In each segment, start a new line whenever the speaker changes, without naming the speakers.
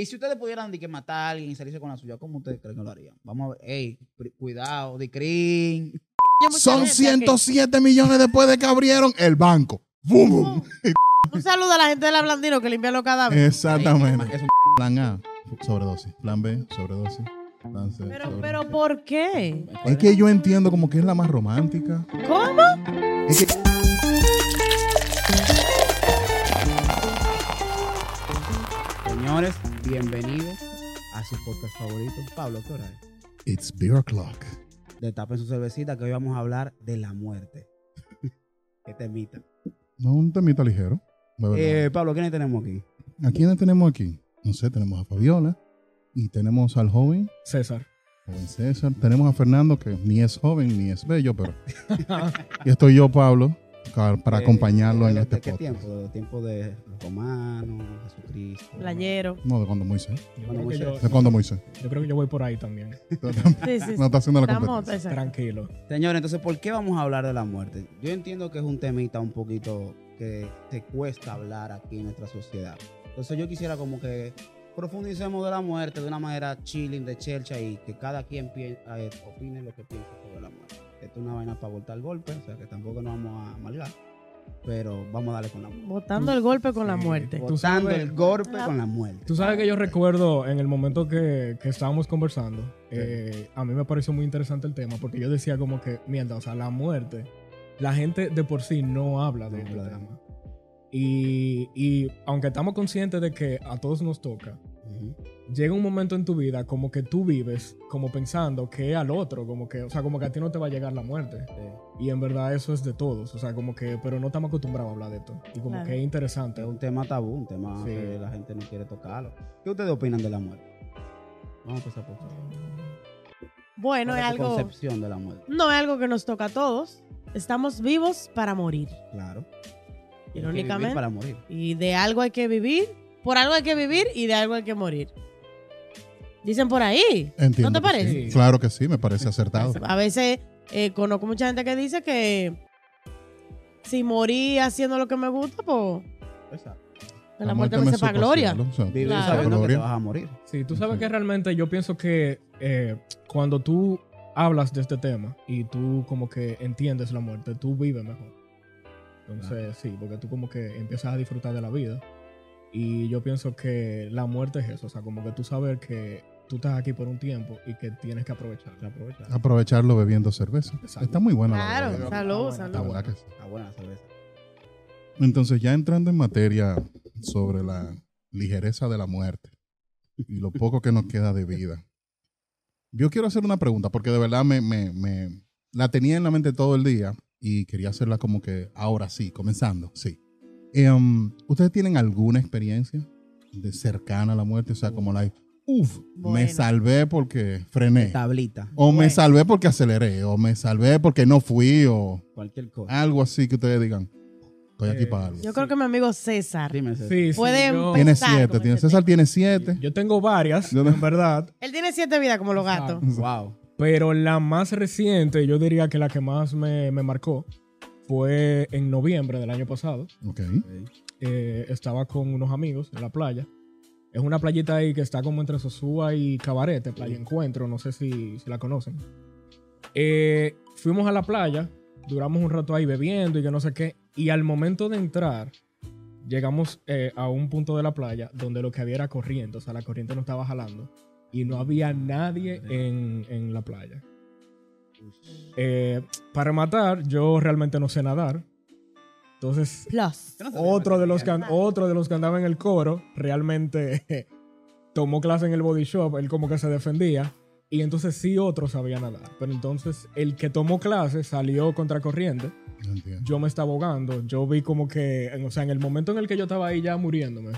Y si ustedes pudieran de que matar a alguien y salirse con la suya, ¿cómo ustedes creen que lo harían? Vamos a ver, ey, pri- cuidado, de crin.
Hay mucha
Son
gente
107 millones después de que abrieron el banco. ¡Bum, bum!
aquí. Un saludo a la gente de la Blandino que limpia los cadáveres.
Exactamente.
Es un
Plan A, sobredosis. Plan B, sobredosis. Plan C,
Pero,
sobredosis.
pero, ¿por qué?
Es que yo entiendo como que es la más romántica.
¿Cómo?
Es que-
Señores, bienvenidos a su podcast favorito. Pablo, ¿qué hora es?
It's beer o'clock.
Destapen su cervecita que hoy vamos a hablar de la muerte. que te invita.
No, un temita ligero. de verdad.
Eh, Pablo, ¿quiénes tenemos aquí?
¿A quiénes tenemos aquí? No sé, tenemos a Fabiola y tenemos al joven,
César.
joven César. Tenemos a Fernando, que ni es joven ni es bello, pero. y estoy yo, Pablo, ca- para
Eh,
acompañarlo
¿de-
en
de-
este
¿De qué
podcast.
tiempo? ¿De tiempo de los romanos, Jesucristo?
Playero.
No, de cuando Moisés.
Yo
Bueno,
creo, que
muchas
yo,
De cuando Moisés.
yo creo que yo voy por ahí también.
Sí, sí, sí.
No está haciendo la
Estamos,
competencia.
exacto.
Tranquilo.
Señores, entonces, ¿por qué vamos a hablar de la muerte? Yo entiendo que es un temita un poquito que te cuesta hablar aquí en nuestra sociedad. Entonces, yo quisiera como que profundicemos de la muerte de una manera chilling, de chelcha y que cada quien pie- eh, opine lo que piensa sobre la muerte. Esto es una vaina para voltar el golpe, o sea que tampoco nos vamos a amalgar, pero vamos a darle con la muerte.
Botando el golpe con la
Sí.
muerte.
Tú
Botando
sabes-
el golpe con la muerte.
Tú sabes que yo recuerdo en el momento que, que estábamos conversando, eh, a mí me pareció muy interesante el tema porque yo decía como que, mierda, o sea, la muerte, la gente de por sí no habla de
No
este
habla de la
tema. Y, y aunque estamos conscientes de que a todos nos toca,
Ujú.
llega un momento en tu vida como que tú vives como pensando que al otro, como que, o sea, como que a ti no te va a llegar la muerte. Y en verdad eso es de todos, o sea, como que, pero no estamos acostumbrados a hablar de esto. Y como
Claro.
que es interesante.
Es un tema tabú, un tema
Sí.
que la gente no quiere tocarlo. ¿Qué ustedes opinan de la muerte? Vamos a empezar por usted.
Bueno,
¿Cuál
es
es tu
algo,
concepción de la muerte,
no es algo que nos toca a todos. Estamos vivos para morir.
claro. Hay que
Irónicamente.
vivir para morir.
Y de algo hay que vivir, por algo hay que vivir y de algo hay que morir. Dicen por ahí.
Entiendo.
¿No te
que sí.
parece?
Sí.
Claro que sí, me parece acertado.
A veces eh, conozco mucha gente que dice que si morí haciendo lo que me gusta, pues
Exacto.
que la muerte me sepa
supo
gloria.
cielo, o sea,
Vivir
Claro.
sabiendo que te
gloria.
vas a morir.
Sí, tú sabes
Sí.
que realmente yo pienso que eh, cuando tú hablas de este tema y tú como que entiendes la muerte, tú vives mejor. Entonces, sí, porque tú como que empiezas a disfrutar de la vida. Y yo pienso que la muerte es eso, o sea, como que tú sabes que tú estás aquí por un tiempo y que tienes que aprovechar. aprovechar.
Ah, Aprovecharlo bebiendo cerveza.
Exacto.
Está muy buena la
Claro,
bebida.
salud,
La
salud.
verdad que sí.
Está buena la cerveza.
Entonces, ya entrando en materia sobre la ligereza de la muerte y lo poco que nos queda de vida, yo quiero hacer una pregunta porque de verdad me, me- me- la tenía en la mente todo el día y quería hacerla como que ahora sí, comenzando, sí. Em, ¿Ustedes tienen alguna experiencia de cercana a la muerte? O sea, como la, uff, me
Bueno.
salvé porque frené.
Tablita,
O me
Bueno.
salvé porque aceleré, o me salvé porque no fui, o
cualquier cosa.
algo así que ustedes digan, estoy aquí
Eh,
para algo.
Yo creo que mi amigo
Ah.
César.
Dime, César.
Sí, sí,
Pueden
yo,
Tiene
Pensar
siete,
con
tiene,
este
César tiene siete.
yo tengo varias,
Yo no-
en verdad,
Él tiene siete vidas como los gatos.
Wow.
pero la más reciente, yo diría que la que más me, me marcó fue en noviembre del año pasado.
Ok.
eh, estaba con unos amigos en la playa. Es una playita ahí que está como entre Sosúa y Cabarete, Playa Encuentro, no sé si, si la conocen. Eh, fuimos a la playa, duramos un rato ahí bebiendo y que no sé qué, y al momento de entrar, llegamos eh, a un punto de la playa donde lo que había era corriente, o sea, la corriente no estaba jalando, y no había nadie en, en la playa. Eh, para rematar, yo realmente no sé nadar, entonces
Plus.
otro de los que, an- otro de los que andaba en el coro realmente tomó clase en el body shop, él como que se defendía y entonces sí otro sabía nadar, pero entonces el que tomó clase salió contracorriente,
no entiendo.
yo me estaba ahogando, yo vi como que, o sea, en el momento en el que yo estaba ahí ya muriéndome,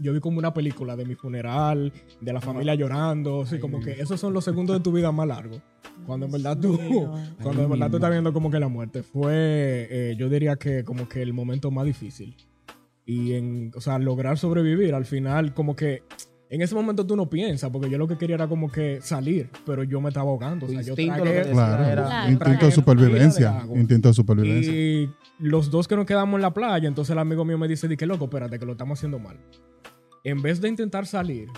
yo vi como una película de mi funeral, de la familia llorando, así como que esos son los segundos de tu vida más largos, cuando en verdad tú... Cuando de verdad tú estás viendo como que la muerte fue, eh, yo diría que como que el momento más difícil. Y en, o sea, lograr sobrevivir al final, como que en ese momento tú no piensas, porque yo lo que quería era como que salir, pero yo me estaba ahogando. O
Tu
sea, yo
instinto lo que
tragué-
te
Claro,
Era-
Claro,
instinto
claro.
de supervivencia.
Agua.
Instinto de supervivencia.
y los dos que nos quedamos en la playa, entonces el amigo mío me dice, di que loco, espérate, que lo estamos haciendo mal. en vez de intentar salir,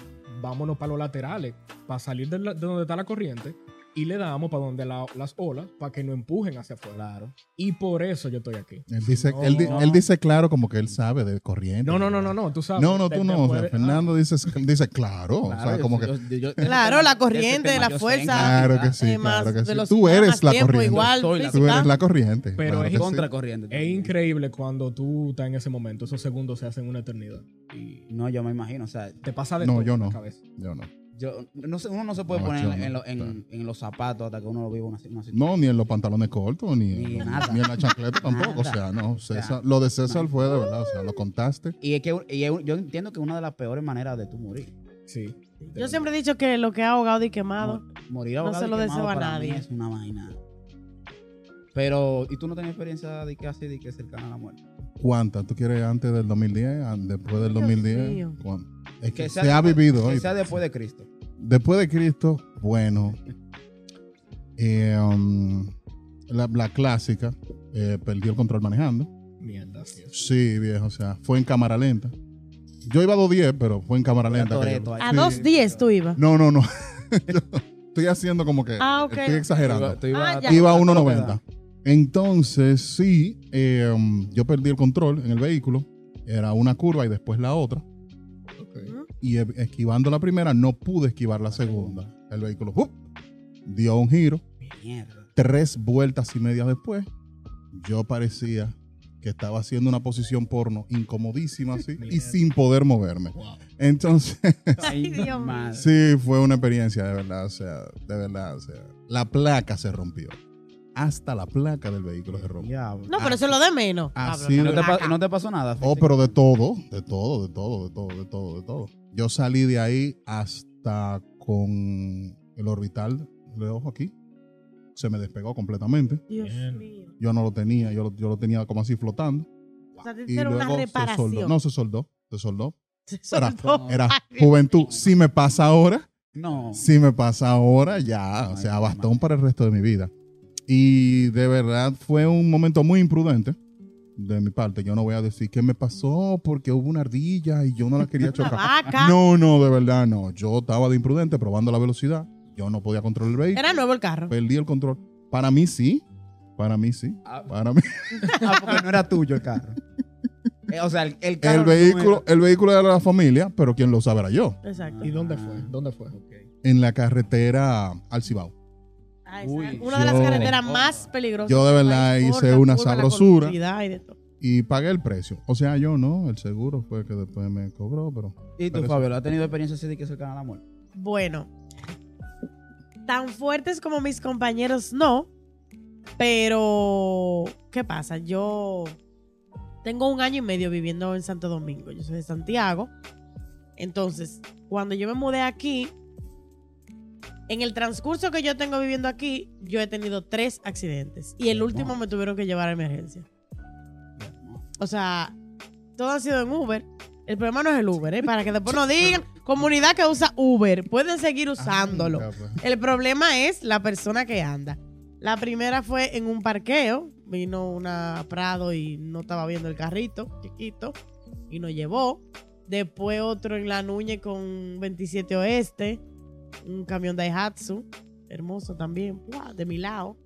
vámonos para los laterales, para salir de, la- de donde está la corriente y le damos para donde la- las olas, para que no empujen hacia afuera.
Claro.
Y por eso yo estoy aquí.
Él dice,
No,
él, di-
no.
él dice claro como que él sabe de corriente.
No, no, no, no, no, tú sabes.
No, no,
te-
tú
te
no. o sea,
puede-
Fernando dice, dice claro. O sea,
Claro,
como que
yo- yo- yo-
Claro, la
de ese
corriente,
tema
la
yo sé,
fuerza.
Claro que sí,
Eh, más
claro que sí.
velocidad,
Tú eres
más
la
tiempo,
corriente.
igual,
Soy la-
tú eres
física.
la corriente.
Pero
claro
es
que sí.
Contra corriente.
Ah, Es increíble cuando tú estás en ese momento. Esos segundos se hacen una eternidad. Y
No, yo me imagino, o sea,
te pasa de
No,
todo
yo
en la
no.
cabeza.
Yo no.
yo, no sé, uno no se puede
No,
poner
yo
en,
no,
en lo- en-
claro.
en los zapatos hasta que uno lo viva una, una situación.
No, ni en los pantalones cortos, ni,
Ni
ni
nada.
en la chancleta tampoco. O sea, no. César- lo de César fue de verdad. O sea, lo contaste.
Y es que y es un- yo entiendo que una de las peores maneras de tú morir.
Sí.
Yo siempre he dicho que lo que ha ahogado y quemado.
Mo- Morir
No
ahogado
se
y
lo
quemado
deseo a
para mí
nadie.
Es una vaina. Pero, ¿y tú no tenías experiencia de que así, de que cercana a la muerte?
¿Cuántas? ¿Tú quieres antes del 2010? an- ¿Después del
Dios
2010?
mío.
¿Cuántas? Es que,
Que sea-
se ha vivido.
Que
oíste.
sea después de Cristo.
Después de Cristo, bueno, eh, um, la, la clásica, eh, perdió el control manejando.
Mierda, sí. es.
Sí, viejo, o sea, fue en cámara lenta. Yo iba a 2.10, pero fue en cámara
Era
lenta. que yo-
Toretto ahí.
A dos días tú ibas.
No, no, no. Yo estoy haciendo como que
Ah, ok.
estoy exagerando.
Tú ibas-
Ah,
tú
ya.
Iba a
tú
1.90. Entonces, sí, eh, um, yo perdí el control en el vehículo. Era una curva y después la otra. Y e- esquivando la primera, no pude esquivar la segunda. El vehículo ¡up! dio un giro.
Mierda.
Tres vueltas y media después, yo parecía que estaba haciendo una posición porno incomodísima así y sin poder moverme.
Wow.
Entonces,
Ay, Dios mío.
madre.
Sí, fue una experiencia, de verdad, o sea, de verdad, o sea. La placa se rompió. Hasta la placa del vehículo se rompió.
Diablo. Ah,
No, pero eso es lo de menos.
Así
¿No
Pablo,
te,
no.
pa- no te pasó nada?
Ah, Oh, pero de todo, de todo, de todo, de todo, de todo, de todo. Yo salí de ahí hasta con el orbital de ojo aquí. Se me despegó completamente.
Dios
Bien.
mío.
Yo no lo tenía, yo lo, yo lo tenía como así flotando.
O sea, te
Y
hicieron una
luego se soldó.
reparación.
No, se soldó, se soldó.
Se
Era,
soltó.
era
Ay,
juventud. Si me pasa ahora,
No.
Si me pasa ahora, ya, o
Ay,
sea,
qué
bastón
mal.
para el resto de mi vida. Y de verdad fue un momento muy imprudente de mi parte. Yo no voy a decir qué me pasó porque hubo una ardilla y yo no la quería
Una
chocar.
Ah.
vaca.
No, no, de verdad no. Yo estaba de imprudente probando la velocidad. Yo no podía controlar el vehículo.
Era nuevo el carro.
Perdí el control. Para mí sí. Para mí sí.
Ah,
Para mí.
ah, porque no era tuyo el carro. Eh, o sea, el, el carro.
El
no
vehículo,
era-
el vehículo era de la familia, pero quien lo sabe era yo.
Exacto.
¿Y dónde fue? ¿Dónde fue?
En la carretera al Cibao.
Ah, esa-
Uy,
una de las
yo-
carreteras más peligrosas.
Yo de
del
verdad
país,
hice
por la
una
curva, la
sabrosura.
conectividad y de todo.
y pagué el precio. O sea, yo no, el seguro fue que después me cobró, pero
¿Y tú,
Pero-
Fabiola, has tenido experiencia así de que cercana a la muerte?
Bueno, tan fuertes como mis compañeros no, pero ¿qué pasa? Yo tengo un año y medio viviendo en Santo Domingo, yo soy de Santiago, entonces cuando yo me mudé aquí, en el transcurso que yo tengo viviendo aquí, yo he tenido tres accidentes y el último me tuvieron que llevar a emergencia. O sea, todo ha sido en Uber. El problema no es el Uber, ¿eh? Para que después no digan, comunidad que usa Uber, pueden seguir usándolo.
Ya, pues.
El problema es la persona que anda. La primera fue en un parqueo. Vino una Prado y no estaba viendo el carrito, chiquito, y nos llevó. Después otro en La Nuñez con 27 Oeste, un camión Daihatsu, hermoso también, ¡guau! de mi lado.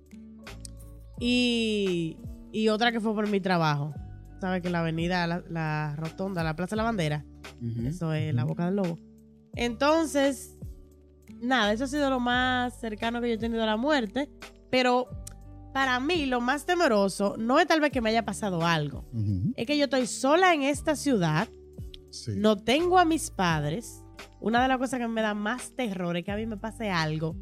Y, y otra que fue por mi trabajo. Sabes que la avenida, la, la rotonda, la Plaza de la Bandera, eso es la boca del lobo. Entonces, nada, eso ha sido lo más cercano que yo he tenido a la muerte. Pero para mí lo más temeroso no es tal vez que me haya pasado algo.
Ujú.
Es que yo estoy sola en esta ciudad,
Sí.
no tengo a mis padres. Una de las cosas que me da más terror es que a mí me pase algo.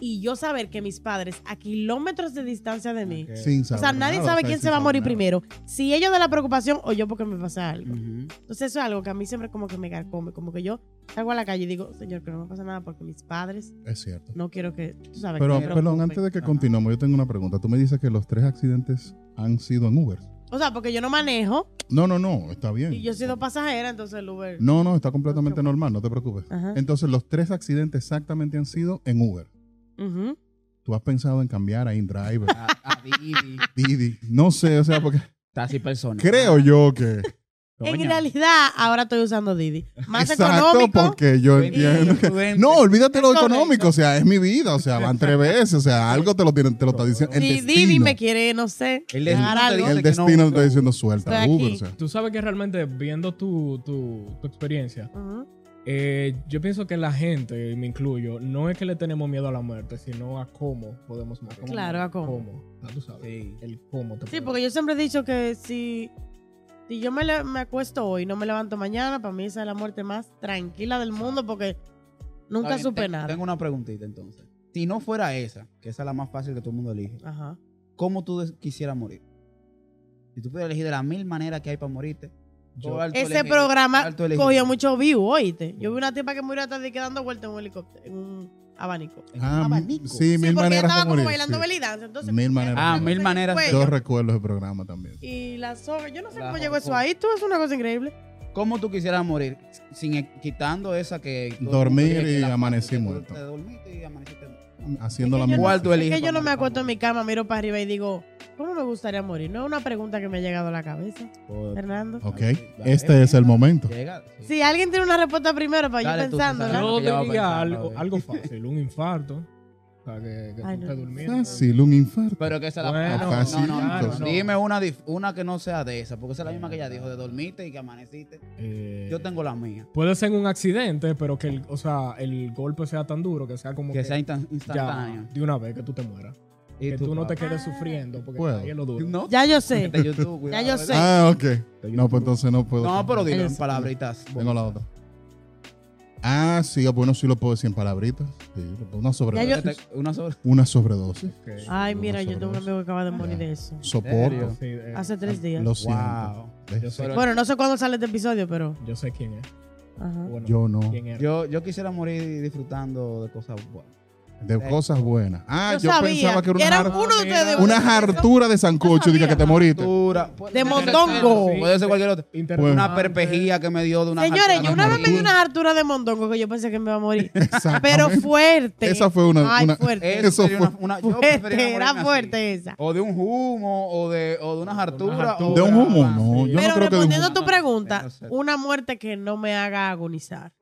Y yo saber que mis padres a kilómetros de distancia de mí.
Ok.
Sin
O
saber
sea, nadie
nada, o
sabe
sea,
quién
sin
se va a
saber
morir
nada.
primero. Si ellos de la preocupación o yo porque me pasa algo.
Ujú.
Entonces eso es algo que a mí siempre como que me carcome, como que yo salgo a la calle y digo, señor, que no me pasa nada porque mis padres
Es cierto.
no quiero que, tú sabes,
Pero,
que me
perdón,
preocupen".
antes de que
Ajá.
continuemos, yo tengo una pregunta. Tú me dices que los tres accidentes han sido en Uber.
O sea, porque yo no manejo
No, no, no, está bien.
y yo he sido pasajera, entonces el Uber...
Eh. No, no, está completamente
Ocho.
normal, no te preocupes.
Ajá.
Entonces, los tres accidentes exactamente han sido en Uber.
Ujú.
¿Tú has pensado en cambiar a InDriver,
A, a Didi.
Didi? No sé, o sea, porque
Taxi persona. Ah,
creo yo que
En
Coño.
realidad, ahora estoy usando Didi. Más
Exacto,
económico.
porque yo
Ven,
entiendo que...
ven,
No, olvídate lo
Correcto.
económico, o sea, es mi vida, o sea, van tres veces, o sea, algo te lo tienen, te lo está diciendo. El
Si Didi
destino,
me quiere, no sé,
El destino
pagar
te
algo.
dice
el
que no,
destino te está
no.
diciendo suelta,
Estoy
Uber,
aquí.
o sea.
Tú sabes que realmente viendo tu, tu, tu experiencia,
Ujú.
eh, yo pienso que la gente, y me incluyo, no es que le tenemos miedo a la muerte, sino a cómo podemos morir.
Claro, a cómo.
Ah, tú sabes.
Sí.
El cómo te
Sí,
puede-
porque yo siempre he dicho que si, si yo me, le- me acuesto hoy y no me levanto mañana, para mí esa es la muerte más tranquila del mundo porque
Está
nunca
bien,
supe
te-
nada.
Tengo una preguntita entonces. Si no fuera esa, que esa es la más fácil que todo el mundo elige,
Ajá.
¿cómo tú des- quisieras morir? Si tú pudieras elegir de las mil maneras que hay para morirte,
Yo-
¿cuál tú
Ese
elegirías?
programa
¿Cuál tú elegirías?
cogió mucho view, oíste. Yo vi una tipa que murió hasta de quedando vuelta en un helicóptero, en un abanico.
Ah,
abanico.
sí,
sí,
mil
porque ella
maneras
estaba
de
como
morir.
bailando
sí.
belly dance, Entonces,
Mil maneras
Ah,
de
mil maneras.
Cuello.
Yo recuerdo ese programa también.
Y la soga, yo no sé
La
cómo llegó eso
joncó.
ahí, tú es una cosa increíble.
¿Cómo tú quisieras morir? Sin e- quitando esa que.
Dormir
que- que
y
la-
amanecí
que tú
muerto.
Te dormiste y amaneciste muerto.
Haciendo la
Es que yo
misma.
¿Cuál
no-
tú eliges
Es que yo
para
no me
morir?
acuesto en mi cama, miro para arriba y digo, ¿cómo me gustaría morir? No es una pregunta que me ha llegado a la cabeza, Fernando.
Ok,
Ya,
este
eh,
es el
venga,
momento.
Llega. sí.
Si alguien tiene una respuesta primero para
Dale
yo
tú,
pensándola.
Susana.
Yo
que ya va a
diría
pensar,
algo,
¿no?
algo fácil, un infarto. O sea, que, que
Ay,
tú
no.
te durmiendo.
Fácil, un infarto.
Pero que esa es
Bueno,
la no,
fácil,
no, no, no,
claro,
Dime una, dif- una que no sea de esa, porque esa es la misma que ella dijo, de dormiste y que amaneciste.
Eh,
Yo tengo la mía.
Puede ser un accidente, pero que el, o sea, el golpe sea tan duro que sea como
Que sea instan-
ya,
instantánea.
de una vez que tú te mueras.
Y
que tú, no te
papá.
quedes sufriendo porque
Puedo.
ahí es lo duro.
No,
Ya yo
de
sé.
YouTube, cuidado,
yo
¿verdad?
sé.
Ah, ok. No, pues entonces no puedo.
No, pero dilo en
Eso.
palabritas.
Tengo la otra. Ah, sí, ah, bueno, sí lo puedo decir en palabritas. Sí, una
Ya
sobredosis.
yo-
Te- Una sobre.
Una sobredosis.
Ok.
Ay,
Una
mira, yo tengo un
sobredosis.
amigo que acaba de morir de eso.
¿En
Soporto.
serio?
Sí, eh,
Hace tres días.
Lo siento.
Wow.
¿Ves?
Yo soy-
Bueno, no sé cuándo sale este episodio, pero...
Yo sé quién es.
Ajá.
Bueno,
Yo no.
quién era.
Yo, yo quisiera morir disfrutando de cosas buenas.
De cosas buenas. Ah, yo,
sabía.
pensaba que era una,
Eran
jar-
uno de ustedes.
una jartura de sancocho.
Yo
Dije que
sabía.
te moriste.
Altura, puede
De
ser-
mondongo.
Puede ser cualquier otra.
Internet.
Bueno.
Una perpejía que me dio de una
Señores,
jartura
yo una vez me di
de
una hartura de mondongo que yo pensé que me iba a morir. Pero
Exactamente.
fuerte.
Esa fue una.
Ay,
una-
fuerte.
Eso
Eso
sería
fue-
una, una- yo preferiría
Fuerte, era
morirme así.
fuerte esa.
O de un humo, o de, o de una jartura.
jartura.
de un humo,
avance.
no. Yo
Pero
no creo que de un
respondiendo
humo.
a tu pregunta,
Tengo sed.
una muerte que no me haga agonizar.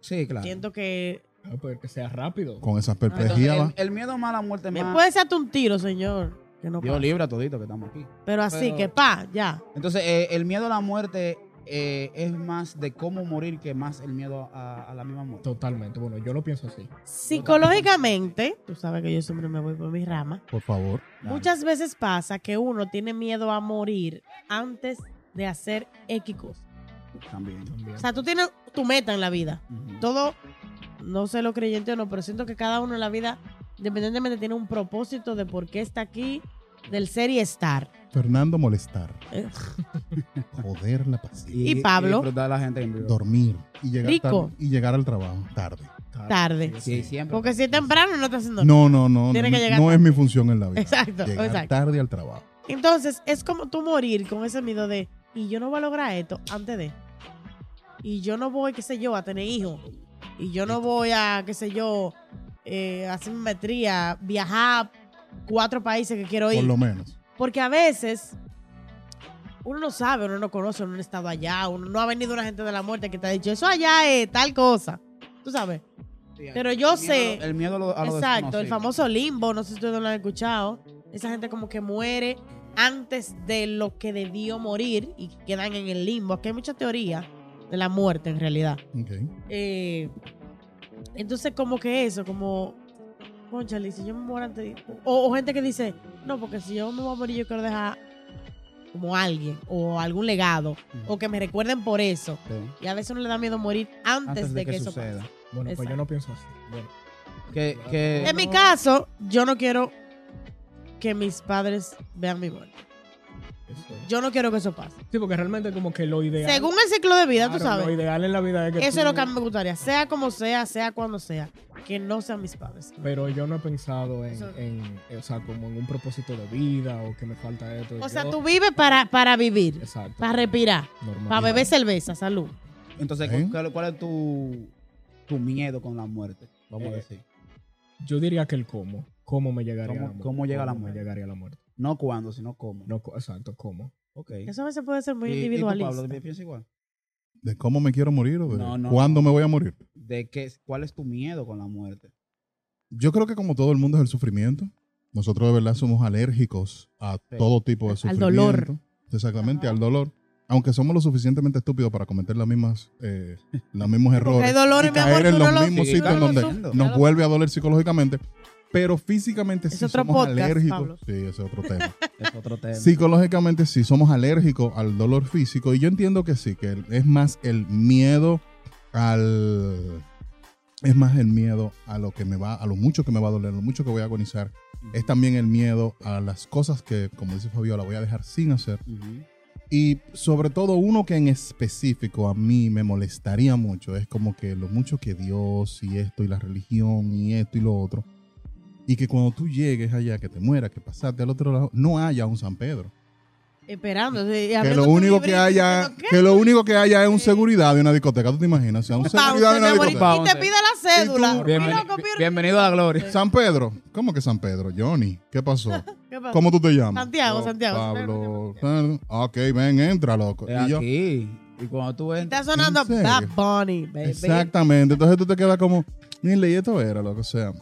Sí, claro.
Siento que
Ah, pero que sea rápido.
Con esas
Entonces,
perplejía
el,
va.
el miedo más a la muerte es
me
más.
puede ser hasta un tiro, señor. Que no
Dios
pasa.
libra todito que estamos aquí.
Pero así
Pero-
que pa, ya.
Entonces, eh, el miedo a la muerte eh, es más de cómo morir que más el miedo a, a la misma muerte.
Totalmente. Bueno, yo lo pienso así.
Psicológicamente, tú sabes que yo siempre me voy por mi rama.
Por favor.
Muchas veces pasa que uno tiene miedo a morir antes de hacer X cosa.
También.
También.
O sea, tú tienes tu meta en la vida.
Ujú.
Todo, no sé lo creyente o no, pero siento que cada uno en la vida, independientemente, tiene un propósito de por qué está aquí, del ser y estar.
Fernando molestar.
Eh.
Joder la paciencia.
Y Pablo.
disfrutar a la gente en vivo.
Dormir. Y llegar,
Rico.
tarde- y llegar al trabajo tarde.
Tarde.
Sí, siempre.
Porque si es temprano no está haciendo nada.
No, no, no.
Tiene
no,
que llegar
no es
tarde.
mi función en la vida.
Exacto,
Llegar
exacto.
tarde al trabajo.
Entonces, es como tú morir con ese miedo de, y yo no voy a lograr esto antes de. Y yo no voy, qué sé yo, a tener hijos. Y yo no voy a, qué sé yo, eh, hacer mi maestría, viajar cuatro países que quiero ir.
Por lo menos.
Porque a veces uno no sabe, uno no conoce, uno no ha estado allá, uno no ha venido una gente de la muerte que te ha dicho, eso allá es tal cosa. Tú sabes. Pero yo
El miedo-
sé-
El miedo a lo, a lo
Exacto, el
desconocido.
famoso limbo, no sé si ustedes lo han escuchado. Esa gente como que muere antes de lo que debió morir y quedan en el limbo. Aquí hay mucha teoría de la muerte en realidad.
Ok.
Eh, entonces como que eso, como, conchale, si yo me muero antes... de-" O, o gente que dice, no, porque si yo me voy a morir yo quiero dejar como alguien o algún legado
Ujú.
o que me recuerden por eso.
Sí.
Y a veces uno le da miedo morir antes,
Antes
de que, eso pase.
suceda.
Bueno, pues
Exacto.
yo no pienso así. Bueno,
Que, que-
En mi caso, yo no quiero que mis padres vean mi muerte.
eso.
Yo no quiero que eso pase.
Sí, porque realmente como que lo ideal.
Según el ciclo de vida, tú
Claro, Lo
sabes.
ideal en la vida es que
Eso
tú-
es lo que a mí me gustaría. Sea como sea, sea cuando sea. Que no sean mis padres.
Pero yo no he pensado en,
Eso-
en, o sea, como en un propósito de vida o que me falta esto.
O sea,
Yo-
tú vives para, para vivir,
Exacto.
para respirar,
Normal.
para beber cerveza, salud.
Entonces,
¿Eh?
¿cuál, cuál es tu, tu miedo con la muerte? Vamos a
Eh,
decir.
Yo diría que el cómo. ¿Cómo me llegaría
¿Cómo-
a la muerte?
cómo llega la
me
muerte?
llegaría a la muerte?
No cuándo, sino cómo.
No, co- exacto, cómo.
Ok.
Eso a veces puede ser muy
¿Y- y tú,
individualista.
Pablo, ¿pi- piensas igual?
¿De cómo me quiero morir o de
No, no.
cuándo me voy a morir?
¿De qué, ¿Cuál es tu miedo con la muerte?
Yo creo que como todo el mundo es el sufrimiento. Nosotros de verdad somos alérgicos a
Sí.
todo tipo de
Al
sufrimiento.
dolor.
Exactamente,
Ajá.
al dolor. Aunque somos lo suficientemente estúpidos para cometer las mismas, eh, los mismos errores.
hay dolores,
y
mi amor,
caer en
tú
los
no lo-
tú
mismos sitios
no
en
lo
donde
sufres.
nos
Ya lo-
vuelve a doler psicológicamente. Pero físicamente sí
otro
somos
podcast,
alérgicos.
Pablo.
Sí, ese es otro tema.
Es otro tema.
Psicológicamente sí somos alérgicos al dolor físico. Y yo entiendo que sí, que el- es más el miedo al. Es más el miedo a lo que me va, a lo mucho que me va a doler, lo mucho que voy a agonizar. Es también el miedo a las cosas que, como dice Fabiola, voy a dejar sin hacer.
Ujú.
Y sobre todo uno que en específico a mí me molestaría mucho es como que lo mucho que Dios y esto y la religión y esto y lo otro. Y que cuando tú llegues allá, que te mueras, que pasaste al otro lado, no haya un San Pedro.
Esperando.
Que lo único que haya, que lo único que haya es un
Sí. seguridad
seguridad de una discoteca. ¿Tú te imaginas? un seguridad de una discoteca.
Y te pide la cédula.
Y
Mi
tú-
Bienveni-
loco,
bi-
pide-
bienvenido a la gloria.
San Pedro. ¿Cómo que San Pedro? Johnny, ¿qué pasó?
¿Qué pasa?
¿Cómo tú te llamas?
Santiago,
Yo,
Santiago.
Pablo. Ok, ven, entra, loco.
Es
Y yo,
aquí. Y cuando tú entras.
Está sonando
¿En serio?
Bad Bunny, baby.
Exactamente. Entonces tú te quedas como, mira, y esto era lo que sea.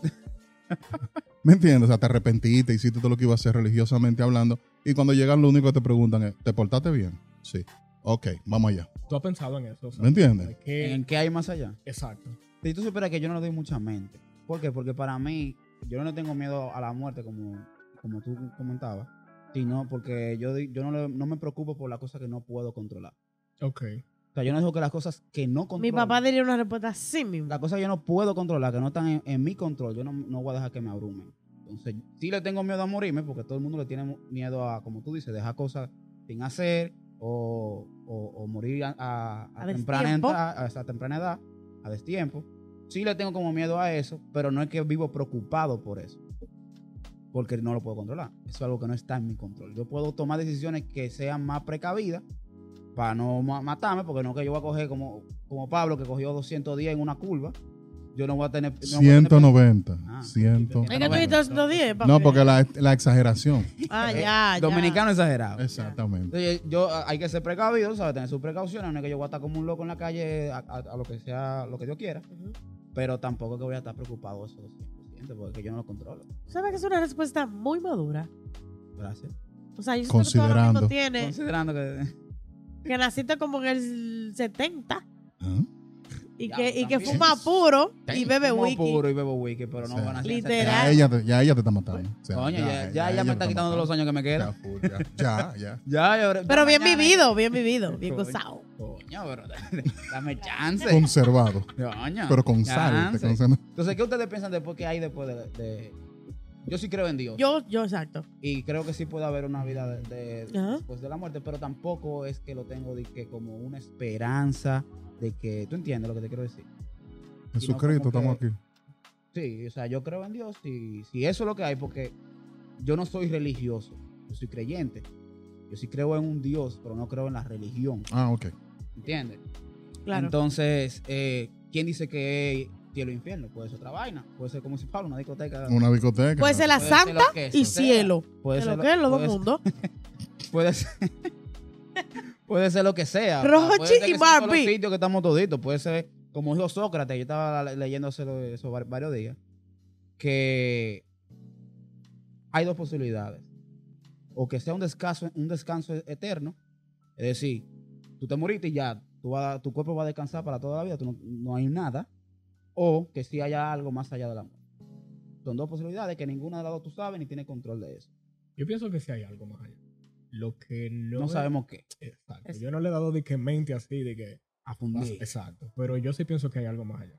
¿Me entiendes? O sea, te arrepentiste, hiciste todo lo que iba a hacer religiosamente hablando. Y cuando llegan, lo único que te preguntan es, ¿te portaste bien? Sí. Ok, vamos allá.
¿Tú has pensado en eso? O sea,
¿Me entiendes?
de que-
¿En qué hay más allá?
Exacto.
Si tú supieras que yo no le doy mucha mente. ¿Por qué? Porque para mí, yo no le tengo miedo a la muerte, como, como tú comentabas, sino porque yo, di- yo no, le- no me preocupo por las cosas que no puedo controlar.
Ok.
O sea, yo no dejo que las cosas que no controlo,
Mi papá diría una respuesta así mismo.
las cosas que yo no puedo controlar, que no están en, en mi control, yo no, no voy a dejar que me abrumen. Entonces, sí le tengo miedo a morirme, porque todo el mundo le tiene mu- miedo a, como tú dices, dejar cosas sin hacer o, o- o morir a, a- a
A
temprana
destiempo.
edad, a, a temprana edad, a destiempo. Sí le tengo como miedo a eso, pero no es que vivo preocupado por eso, porque no lo puedo controlar. Eso es algo que no está en mi control. Yo puedo tomar decisiones que sean más precavidas para no ma- matarme, porque no que yo voy a coger como, como Pablo que cogió 210 en una curva. Yo no voy a tener... no voy a tener-
190.
Ah.
100.
Es que tú dijiste 210, papi.
No, porque la, la exageración.
Ah,
Eh,
ya, ya.
Dominicano exagerado.
Exactamente.
Entonces, yo, a- hay que ser precavido, ¿sabes? Tener sus precauciones. No es que yo voy a estar como un loco en la calle a, a- a lo que sea, lo que yo quiera.
Ujú.
Pero tampoco es que voy a estar preocupado eso 100%, porque yo no lo controlo.
¿Sabes que es una respuesta muy madura?
Gracias.
O sea, yo siento que todo el
Considerando.
mundo tiene
Considerando que...
que naciste como en el 70
¿Ah?
y
Ya,
que, y que
también.
fuma puro y bebe
como
wiki.
puro y bebo wiki, pero
O
no
sea,
van a ser
Literal.
Ya ella, te, ya ella te está matando. O sea,
Coño, ya, ya,
ella
ya me
te
está quitando los
matando.
años que me quedan.
Ya, full, ya, ya, ya.
Ya, ya, ya
Pero bien
mañana-
vivido, bien vivido, bien
Coño.
gozado.
Coño, pero dame chance.
Conservado.
Coño.
Pero con sal. te
chance.
conserva.
Entonces, ¿qué ustedes piensan después que hay después de, de- Yo sí creo en Dios.
Yo, yo, exacto.
Y creo que sí puede haber una vida de, de-
Ajá.
después de la muerte, pero tampoco es que lo tengo de que como una esperanza de que... ¿Tú entiendes lo que te quiero decir?
Jesucristo,
como
estamos
que-
aquí.
Sí, o sea, yo creo en Dios y si eso es lo que hay, porque yo no soy religioso, yo soy creyente. Yo sí creo en un Dios, pero no creo en la religión,
Ah, ok.
¿entiendes?
Claro.
Entonces, eh, ¿quién dice que es cielo e infierno? Puede ser otra vaina, puede ser como si Pablo, una discoteca.
Una discoteca.
puede ser Pues
puede
la
ser
santa
lo que es,
y
o sea,
cielo.
puede
De lo
lo-
que es los dos
puede ser-
mundos.
Puede ser, puede ser lo que sea.
Rochi
Puede ser que
y
sea todos
Barbie.
los sitios que estamos toditos. Puede ser, como dijo Sócrates, yo estaba le- leyendo eso eso var- varios días, que hay dos posibilidades. O que sea un descanso, un descanso eterno. Es decir, tú te moriste y ya, tú vas- tu cuerpo va a descansar para toda la vida, tú no, no hay nada. O que sí haya algo más allá de la muerte. Son dos posibilidades que ninguna de las dos tú sabes ni tienes control de eso.
Yo pienso que sí hay algo más allá. Lo que no.
No sabemos qué.
Exacto. Yo no le he dado de que mente así, de que.
A fundir.
Exacto. Pero yo sí pienso que hay algo más allá.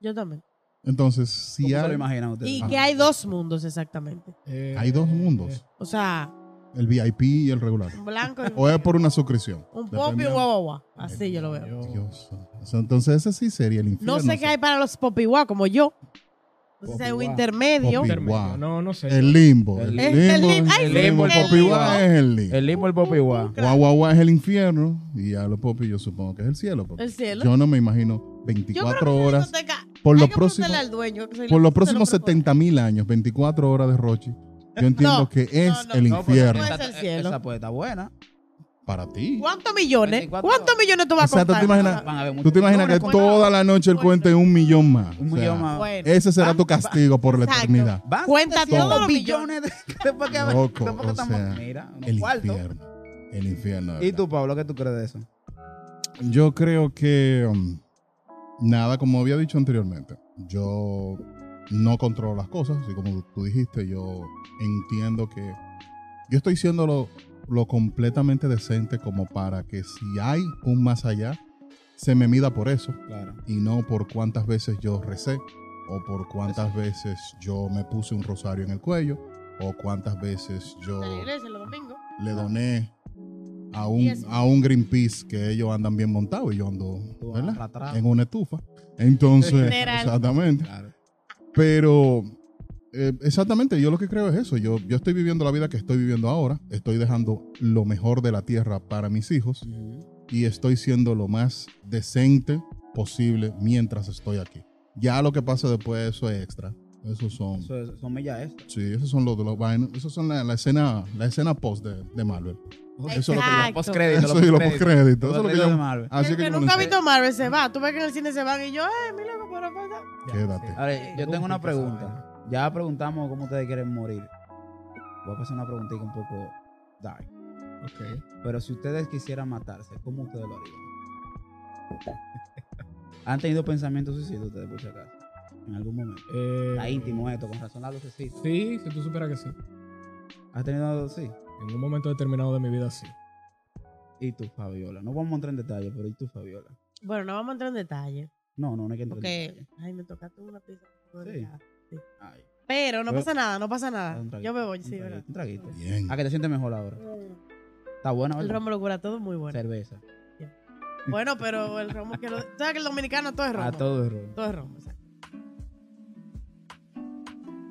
Yo también.
Entonces, si
¿Cómo se lo
hay,
imaginan ustedes? Ah.
Y
Ajá.
que hay dos mundos exactamente.
Eh,
hay dos mundos,
O sea,
el VIP y el regular.
un blanco y
O es por una suscripción.
un pop y un
Dependiendo-
guau, guau, guau. Así yo lo veo.
yo-
Dios santo. O sea, Entonces, ese sí sería el infierno.
No sé qué hay para los pop y guau, como yo. No sé si hay un
Pop y guau.
intermedio. Este
Pop y-
intermedio.
Guau.
No, no sé.
El limbo.
El
El
limbo. Es el
limbo.
limbo. Ay,
El
sí,
limbo. El eh.
el
popi
limbo.
guau es el limbo.
El limbo, el pop y guau.
Guau, guau, guau es el infierno. Y a los popis yo supongo que es el cielo. papi.
El cielo.
Yo no me imagino 24 horas. Por los próximos, por los próximos 70 mil años, 24 horas de Rochi. Yo entiendo
No,
que es
no,
el
no,
No, pues,
infierno.
puede ser el cielo.
Esa puede estar buena.
para ti.
¿Cuántos millones?
24.
¿Cuántos millones tú vas a
Exacto,
contar?
¿te imaginas?
Van a haber
¿Tú
muchos
te imaginas que
millones,
cuenta-
toda la noche él cuente un millón más?
Un
O sea,
millón más.
Bueno,
Ese será
Van-
tu castigo por la
Exacto.
eternidad.
Van
Cuenta
700
todos los
billones de- después que
Loco,
después
o
que estamos-
sea,
mira, unos
El
cuartos.
infierno. El infierno. de
¿Y
verdad.
tú, Pablo, qué tú crees de eso?
Yo creo que um, nada, como había dicho anteriormente, yo no controlo las cosas, así como tú dijiste, yo entiendo que yo estoy siendo lo, lo completamente decente como para que si hay un más allá, se me mida por eso
Claro.
y no por cuántas veces yo recé o por cuántas veces yo me puse un rosario en el cuello o cuántas veces yo
A la iglesia los domingos.
le doné a un,
Diezmo.
a un Greenpeace que ellos andan bien montados y yo ando
Tú
¿verdad?
arrastrado.
en una estufa. Entonces,
Literal.
exactamente.
Claro.
Pero, eh, exactamente, yo lo que creo es eso. Yo, yo estoy viviendo la vida que estoy viviendo ahora. Estoy dejando lo mejor de la tierra para mis hijos y estoy siendo lo más decente posible mientras estoy aquí. Ya lo que pasa después, de eso es extra. Esos son,
Eso es- son millas extra.
sí, esos son los de los vainos. Esos son la, la escena, la escena post de, de Marvel. Eso es lo que yo-
Los postcréditos,
Eso y los postcréditos.
Los
Eso es lo que
postcréditos
yo-
de Marvel.
Así
el
que
que
yo
nunca ha
no-
visto Marvel se va. Tú ves que en el cine se van y yo, eh, mi loco, por la falta.
Quédate.
A ver, yo tengo una pregunta. Ya preguntamos cómo ustedes quieren morir. Voy a pasar una preguntita un poco dark.
Ok.
Pero si ustedes quisieran matarse, ¿cómo ustedes lo harían? ¿Han tenido pensamientos suicidas ustedes, por si acaso? En algún momento.
Eh,
Está íntimo eh. esto, con razón la lucecita.
Sí, si tú supieras que sí.
¿Has tenido, sí?
En un momento determinado de mi vida, sí.
¿Y tú, Fabiola? No vamos a entrar en detalle, pero ¿y tú, Fabiola?
Bueno, no vamos a entrar en detalle.
No, no, no hay que entrar en
Porque,
detalle.
ay, me tocaste una pieza.
Ay,
Pero no
Pero-
pasa nada, no pasa
dale
nada.
un traguito,
Ah, Yo me voy,
un
sí,
traguito,
¿verdad?
Un traguito.
Bien.
¿A que te sientes mejor ahora? Está buena,
El
¿verdad?
romo lo cura todo muy bueno.
Cerveza.
Bueno, pero el romo que lo. ¿Sabes que el dominicano
Ah,
todo es romo?
A Ah, todo es romo.
Todo es romo, exacto.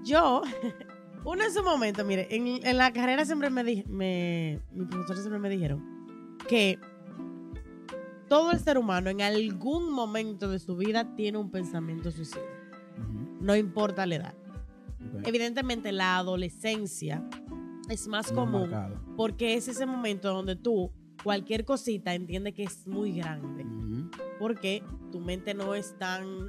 Yo, uno en su momento, mire, en, en la carrera siempre me dije, me, mis profesores siempre me dijeron que todo el ser humano en algún momento de su vida tiene un pensamiento suicida,
Ujú,
no importa la edad.
ok.
Evidentemente la adolescencia es
Más
más común
marcado.
porque es ese momento donde tú cualquier cosita entiende que es muy grande
Ujú,
porque tu mente no es tan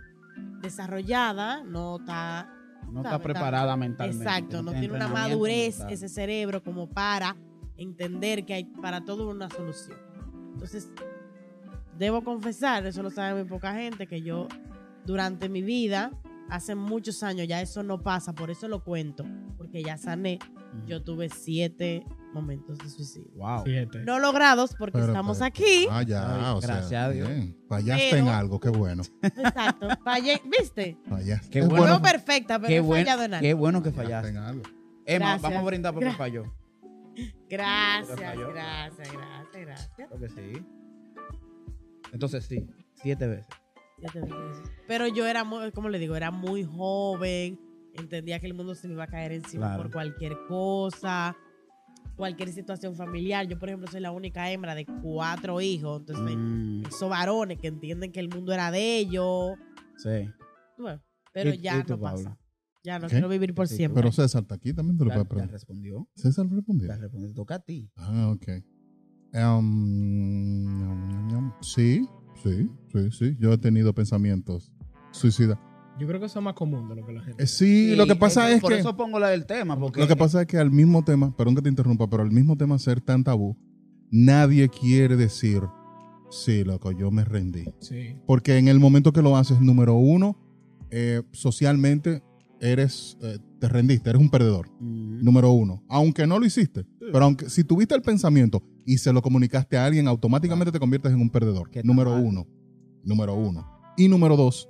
desarrollada, no está
No está
Sabe, está-
preparada mentalmente.
exacto, no tiene una
entrenamiento
madurez
mental.
ese cerebro como para entender que hay para todo una solución. Entonces, debo confesar, eso lo sabe muy poca gente, que yo durante mi vida, hace muchos años, ya eso no pasa, por eso lo cuento, porque ya sané,
Ujú.
yo tuve siete momentos de suicidio.
Wow.
Fíjate.
No logrados porque
Pero,
estamos
pero,
aquí.
Ah, ya,
Ay,
o sea,
gracias a Dios.
bien. Fallaste
Pero-
en algo, qué bueno.
Exacto. Fallé, ¿viste?
Fallaste.
Qué
Es
bueno.
Fue perfecta, pero
Qué
no he fallado en
bueno,
nada.
qué bueno que
fallaste en
fallaste.
algo.
Emma,
Gracias.
vamos a brindar porque
Gra-
falló.
Gracias,
Pero falló.
gracias, gracias, gracias.
Creo que sí. Entonces sí, siete veces.
Ya te digo eso. Pero yo era, muy, como le digo, era muy joven, entendía que el mundo se me iba a caer encima
Claro.
por cualquier cosa, cualquier situación familiar. Yo, por ejemplo, soy la única hembra de cuatro hijos, entonces
Mm,
esos varones que entienden que el mundo era de ellos,
sí.
bueno, pero
¿Y-
ya
y tú,
no pasa.
Paula?
Ya no
¿Qué?
quiero vivir por
Sí,
siempre.
Pero César está aquí, también te lo
Ya,
puedes
ya
preguntar.
respondió.
César respondió.
Ya respondió. Toca a ti.
Ah, ok. Em, ñam, ñam, ñam. sí, sí, sí, sí. Yo he tenido pensamientos suicidas.
Yo creo que eso es más común de lo que la gente.
Eh, sí, lo que pasa
eso-
es
por
que...
eso pongo la del tema, porque eh,
Lo que pasa es que al mismo tema, perdón que te interrumpa, pero al mismo tema ser tan tabú, nadie quiere decir, sí, loco, yo me rendí.
Sí.
Porque en el momento que lo haces, número uno, eh, socialmente eres, eh, te rendiste, eres un perdedor.
Mm,
Número uno. Aunque no lo hiciste, pero aunque si tuviste el pensamiento y se lo comunicaste a alguien,
Ah.
automáticamente te conviertes en un perdedor.
Que está
Número
mal.
uno. Número uno. Y número dos,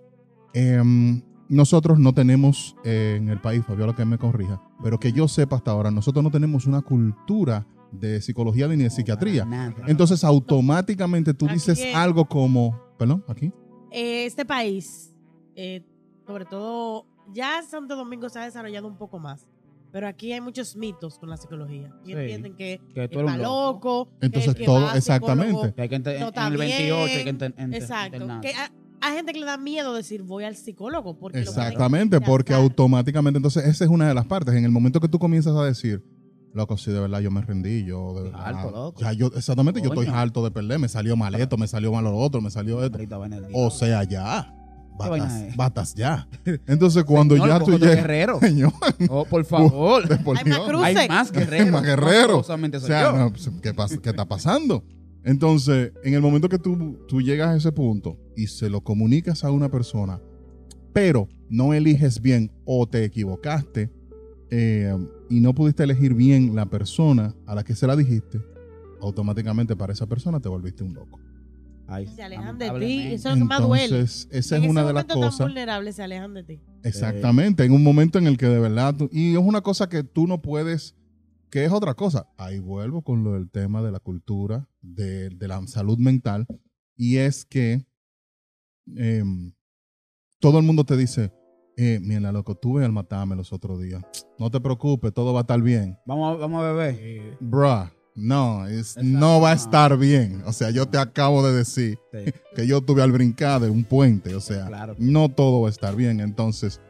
em, nosotros no tenemos eh, en el país, Fabiola que me corrija, pero que yo sepa hasta ahora, nosotros no tenemos una cultura de psicología ni de
no,
psiquiatría.
para nada.
Entonces, automáticamente tú
Aquí
dices
es-
algo como, perdón, aquí.
Eh, este país, eh, sobre todo, ya Santo Domingo se ha desarrollado un poco más. Pero aquí hay muchos mitos con la psicología. Y
Sí.
entienden que
que tú
está
eres un loco.
loco. que
Entonces,
el que
todo-
va al
exactamente.
psicólogo-
Que hay que ente-
No,
en el
también.
28 hay que ente- ente-
Exacto.
internar.
Que a- hay gente que le da miedo decir voy al psicólogo. Porque lo pueden
Exactamente, porque
rechazar.
automáticamente, entonces esa es una de las partes. En el momento que tú comienzas a decir, Loco, sí, de verdad, yo me rendí, yo de verdad.
Harto, loco.
Ya yo, exactamente, yo estoy
Coño.
harto de perder. Me salió mal esto, me salió mal lo otro, me salió esto.
Ahorita va en el día.
O sea, ya.
¿Qué vaina
Batas,
es?
batas ya. Entonces, cuando
Señor,
ya tú
coge otro
llegas.
guerrero.
Señor,
Oh, por favor.
de por
Hay
Dios.
más cruz.
Hay
Rusek.
más guerreros.
Más guerreros.
No solamente
O
soy
sea,
yo.
no, pues, ¿qué, pasa- qué está pasando? Entonces, en el momento que tú, tú llegas a ese punto y se lo comunicas a una persona, pero no eliges bien o te equivocaste eh, y no pudiste elegir bien la persona a la que se la dijiste, automáticamente para esa persona te volviste un loco.
Ay,
Se alejan de ti.
lamentablemente.
Eso es lo que más duele.
Entonces, esa
en
es
ese
una de las
momento tan
cosas.
vulnerables se alejan de ti.
Exactamente, en un momento en el que de verdad tú- y es una cosa que tú no puedes, que es otra cosa. Ahí vuelvo con lo del tema de la cultura, de, de la salud mental, y es que em, todo el mundo te dice, eh, mira loco, tú ve al matarme los otros días. No te preocupes, todo va a estar bien.
Vamos, a- vamos a beber.
Eh,
Bruh, no, es-
Exacto.
no va a estar bien. O sea, yo te acabo de decir
Sí.
que yo tuve al brincar de un puente, o sea,
Claro.
no todo va a estar bien, entonces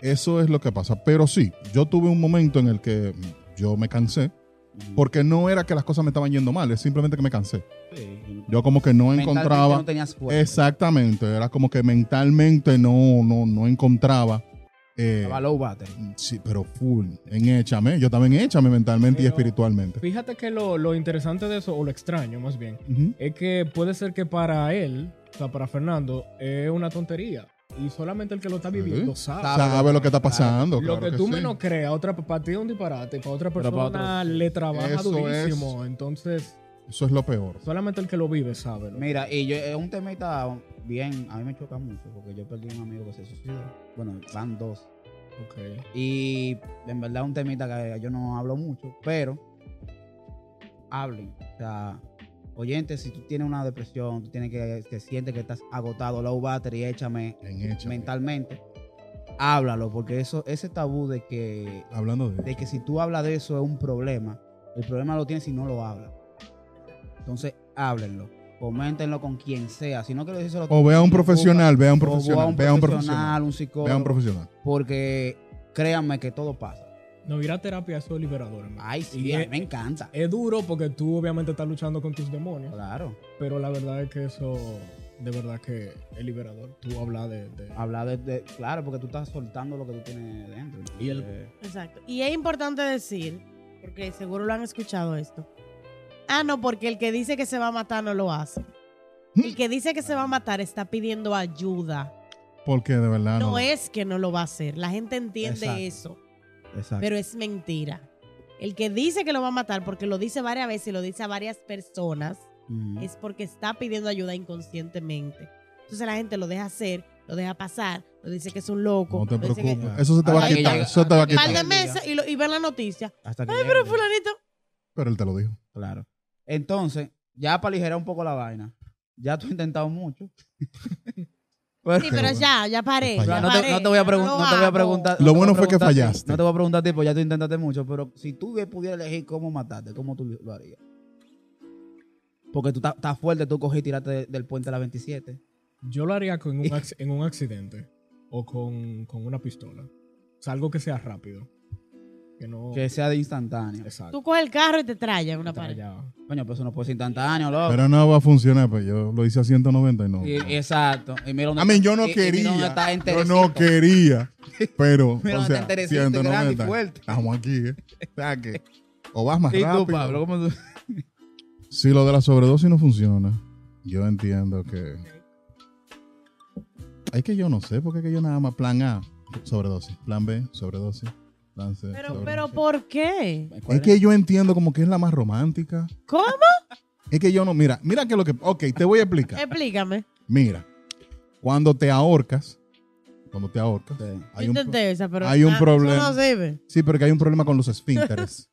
eso es lo que pasa, pero sí, yo tuve un momento en el que yo me cansé, porque no era que las cosas me estaban yendo mal, es simplemente que me cansé.
Sí.
Yo como que no
Mentalmente
encontraba
No tenías fuerza.
exactamente, era como que mentalmente no no no encontraba eh,
Estaba low battery.
sí, pero full en échame, yo también échame mentalmente y
Pero-
espiritualmente.
fíjate que lo, lo interesante de eso, o lo extraño más bien,
Ujú.
es que puede ser que para él, o sea, para Fernando, es una tontería. Y solamente el que lo está viviendo sabe.
Sabe.
Sabe lo que está pasando,
Lo
claro
que tú
sí.
menos creas, otra, para ti es un disparate, para otra
Pero para
persona
otro,
le trabaja
Eso
durísimo. Entonces,
Eso es lo peor.
solamente el que lo vive sabe. ¿no?
Mira, y yo, es un temita bien, a mí me choca mucho porque yo perdí un amigo que se suicidó. Bueno, van dos.
Ok.
Y en verdad es un temita que yo no hablo mucho, pero hablen. O sea, oyente, si tú tienes una depresión, tú tienes que, que sientes que estás agotado, low battery, échame
En échame.
mentalmente, háblalo, porque eso, ese tabú de que,
Hablando de,
de que si tú hablas de eso es un problema, el problema lo tienes si no lo hablas. Entonces, háblenlo. Coméntenlo con quien sea. Si no quiero decírselo
O vea a un profesional, vea a un
o
profesional, vea a un profesional,
un
vea a un
psicólogo.
profesional.
Porque créanme que todo pasa.
No, ir a terapia eso es liberador. en verdad.
Ay, sí,
Y
a mí
es-
me encanta.
Es duro porque tú obviamente estás luchando con tus demonios,
Claro.
pero la verdad es que eso, de verdad que es liberador. Tú hablas de... de-
Hablar de, de- Claro, porque tú estás soltando lo que tú tienes dentro.
Y el-
Eh,
Exacto. Y es importante decir, porque seguro lo han escuchado esto. Ah, no, porque el que dice que se va a matar no lo hace.
¿Mm?
El que dice que se va a matar está pidiendo ayuda.
Porque de verdad Ah, no.
No es que no lo va a hacer. La gente entiende
Exacto.
eso,
Exacto.
pero es mentira. El que dice que lo va a matar porque lo dice varias veces y lo dice a varias personas
¿Mm?
Ujú.
es porque está pidiendo ayuda inconscientemente. Entonces la gente lo deja hacer, lo deja pasar, lo dice que es un loco.
No te
lo dice que-
preocupes. Eso se te va a
Hasta que
quitar.
llega-
Eso te va a
hasta que-
Par de
quitar.
Valga-
meses y, lo- y ven la noticia.
Hasta que
Ay,
llegue
pero
el-
fulanito.
Pero él te lo dijo.
Claro. Entonces, ya para aligerar un poco la vaina, ya tú has intentado mucho. Pero-
Sí, pero ya, ya paré.
O
O sea,
ya
no, te,
paré,
no te voy a
ya
pregun- no
lo
te voy a
hago.
preguntar. no
Lo
te voy a
bueno fue que
preguntar a ti,
fallaste.
No te voy a preguntar, tipo, ya tú intentaste mucho, pero si tú hubie- pudieras elegir cómo matarte, ¿cómo tú lo harías? Porque tú estás- estás fuerte, tú cogí y tiraste de- del puente a la 27.
Yo lo haría con un acc- en un accidente o con, con una pistola. O sea, algo que sea rápido. Que no...
Que sea de instantáneo.
Exacto.
Tú coges el carro y te trayas una pared.
Trallado.
Coño, pues eso no puede ser instantáneo, loco.
Pero no va a funcionar. Pues yo lo hice a 190 y no.
Y- exacto. Y mira dónde-
A mí yo no
y- y mira dónde
quería.
está
Yo
enterecito.
no quería. Pero,
Mira
o
dónde está
sea,
enterecito, grande y
190.
fuerte.
Estamos aquí, ¿eh? O sea que. O vas más
¿Y
rápido.
tú, Pablo? ¿Cómo tú?
Si lo de la sobredosis no funciona, yo entiendo que. Es que yo no sé, porque es que yo nada más plan A, sobredosis. Plan B, sobredosis. Plan C.
Pero,
sobredosis.
pero, ¿por qué?
Es que yo entiendo como que es la más romántica.
¿Cómo?
Es que yo no, mira, mira que lo que. Ok, te voy a
Eh,
explicar.
Explícame.
Mira, cuando te ahorcas, cuando te ahorcas,
Sí.
hay
Yo
un,
intenté esa, pero
hay un
eso
problema.
no sirve.
sí, porque hay un problema con los esfínteres.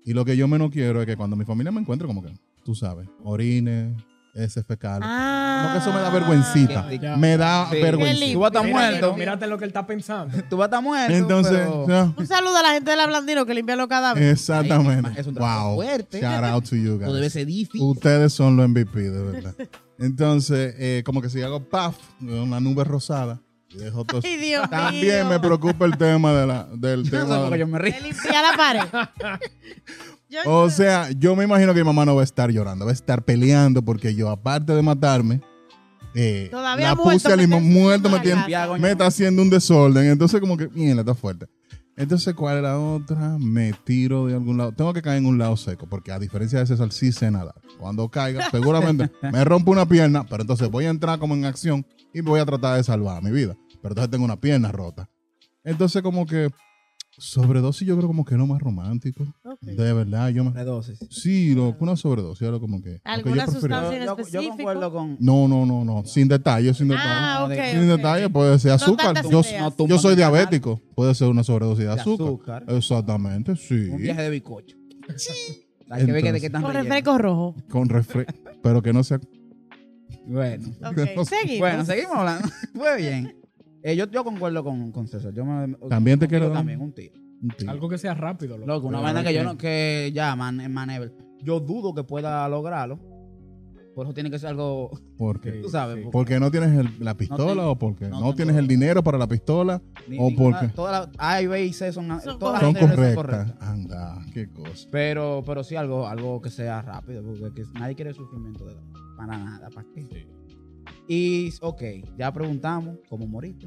y lo que yo menos quiero es que cuando mi familia me encuentre, como que, tú sabes, orines, ese fecal.
Ah.
Como que eso me da vergüencita.
Que-
Ya.
Me da
Ah, Sí.
vergüenza.
Tú vas a estar
Mírate-
muerto.
Mírate lo que él está pensando.
Tú vas a estar muerto.
Entonces,
pero-
ya,
Un saludo a la gente de la Blandino que limpia los cadáveres.
exactamente.
Es un trabajo
wow.
fuerte.
Shout out to you guys.
Tú debes ser difícil.
Ustedes son los MVP, de verdad. Entonces, eh, como que si hago puff, una nube rosada, Y dejo todo-
Ay, Dios
También
mío.
me preocupa el tema de la, del
No sé por qué
tema.
yo me río.
De limpiar la pared. Yo
O sea, yo me imagino que mi mamá no va a estar llorando, va a estar peleando porque yo, aparte de matarme, eh,
Todavía
la
muerto,
puse al limón,
meterse
muerto,
en la
me tiene,
Limpiar, coño.
me está haciendo un desorden. Entonces, como que, mierda, está fuerte. Entonces, ¿cuál es la otra? Me tiro de algún lado. Tengo que caer en un lado seco, porque a diferencia de César, sí sé nadar. Cuando caiga, seguramente me rompo una pierna, pero entonces voy a entrar como en acción y voy a tratar de salvar mi vida. Pero entonces tengo una pierna rota. Entonces, como que sobredosis, yo creo como que es lo más romántico.
Ok.
De verdad, yo me.
Redosis.
Sí, loco, una sobredosis, era como que. lo que yo
¿Alguna
preferiría.
sustancia?
Yo,
en
yo- yo
específico.
concuerdo con.
No, no, no, no. Sin detalle, sin detalle.
ah, ok.
Sin
ok.
Sin detalle, puede ser azúcar.
tantas
yo,
ideas.
yo soy diabético. Puede ser una sobredosis de
De
azúcar.
azúcar.
Exactamente, sí.
Un viaje de bicocho. Hay que ver que de qué tan
Con
relleno.
refresco rojo.
Con refresco. pero que no sea.
Bueno.
Ok, seguimos.
Bueno, seguimos hablando. Fue bien. Eh, yo, yo concuerdo con, con César. Yo me-
También te
contigo
quiero dar-
También un tiro.
Algo que sea rápido, loco.
Loco, una
Pero
vaina
no
que yo
tiene.
no, que ya, man, es manever. Yo dudo que pueda lograrlo. Por eso tiene que ser algo,
Porque.
tú sabes.
Sí.
Porque no tienes el- la pistola
tengo-
o porque
no
no,
tengo-
tienes el dinero para la pistola.
ni-
o
ninguna-
porque-
Todas las A y B y C son,
Son
todas las
Son
anteriores
correctas.
son correctas.
Anda, qué cosa.
Pero, pero sí algo, algo que sea rápido, porque que nadie quiere sufrimiento de para nada, ¿para qué? Y, ok, ya preguntamos cómo moriste,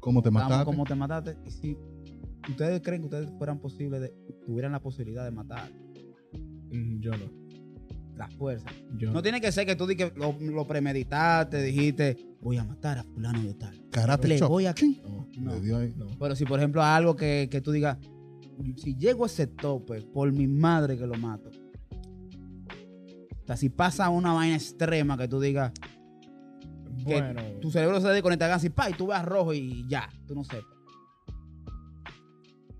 ¿Cómo te
preguntamos
mataste?
cómo te mataste, y si ustedes creen que ustedes fueran posibles, de, tuvieran la posibilidad de matar
Mm, Yo no.
las fuerzas.
Yo
No tiene que ser que tú di que lo, lo premeditaste, dijiste, voy a matar a fulano de tal.
Karate
Le
chop.
voy a...
No,
No.
le dio ahí.
no.
Pero si, por ejemplo, algo que, que tú digas, si llego a ese tope, por mi madre que lo mato. O sea, si pasa una vaina extrema que tú digas, que
Bueno.
tu cerebro se desconecta casi, pa, y tú veas rojo y ya, tú no sepas.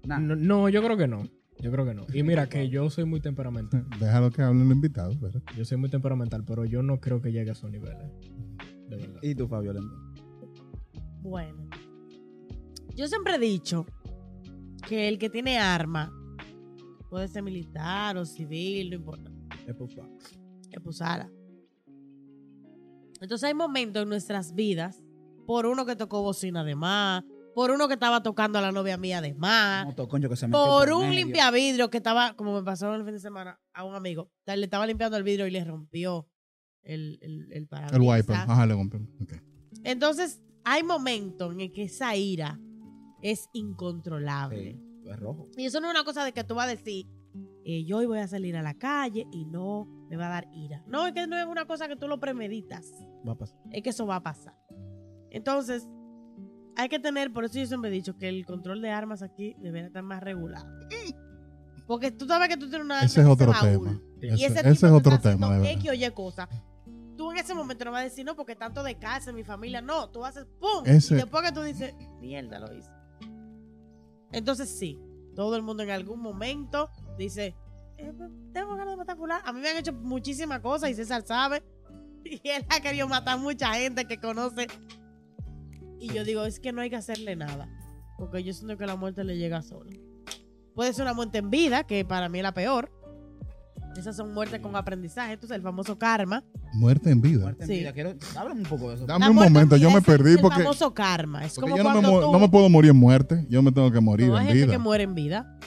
Nah.
No, no, yo creo que no. Yo creo que no. Y mira que yo soy muy temperamental.
Déjalo que hablen los invitados, ¿verdad?
Yo soy muy temperamental, pero yo no creo que llegue a esos niveles. De verdad.
¿Y tú, Fabio?
Bueno. Yo siempre he dicho que el que tiene arma puede ser militar o civil, no importa, es usada. Entonces hay momentos en nuestras vidas, por uno que tocó bocina de más, por uno que estaba tocando a la novia mía de más,
Moto, coño, que se metió
Ah. por un
medio.
limpiavidrio que estaba, como me pasó el fin de semana, a un amigo, le estaba limpiando el vidrio y le rompió el, el, el parabrisas.
El wiper. Ajá, le compré. Ok.
Entonces, hay momentos en el que esa ira es incontrolable.
Sí, es rojo.
Y eso no es una cosa de que tú vas a decir, eh, yo hoy voy a salir a la calle y no me va a dar ira. No, es que no es una cosa que tú lo premeditas.
Va a pasar.
Es que eso va a pasar. Entonces, hay que tener, por eso yo siempre he dicho que el control de armas aquí debería estar más regulado. Porque tú sabes que tú tienes una arma
Ese es
en
otro
baúl.
tema.
Y
Y
Ese,
ese,
ese es otro tema, de
de
verdad.
X o Y cosa. Tú en ese momento no vas a decir, no, porque tanto de casa, mi familia, no. Tú haces ¡pum!
Ese-
Y después que tú dices, mierda, lo hice. Entonces sí, todo el mundo en algún momento dice, eh, tengo ganas de matar a fulano. A mí me han hecho muchísimas cosas y César sabe. Y él ha querido matar mucha gente que conoce. Y yo digo, es que no hay que hacerle nada. Porque yo siento que la muerte le llega sola. Puede ser una muerte en vida, que para mí es la peor. Esas son muertes con aprendizaje. Entonces, el famoso karma.
Muerte en vida.
Muerte en
Sí.
vida. Quiero, háblame un poco de eso.
Dame
La
un
muerte en
momento,
vida
yo me
es
perdí
el
porque,
famoso karma. Es
porque
como
yo no me,
cuando
mu-
tú-
no me puedo morir en muerte. Yo me tengo que morir
No, hay
en
gente
vida.
que muere en vida.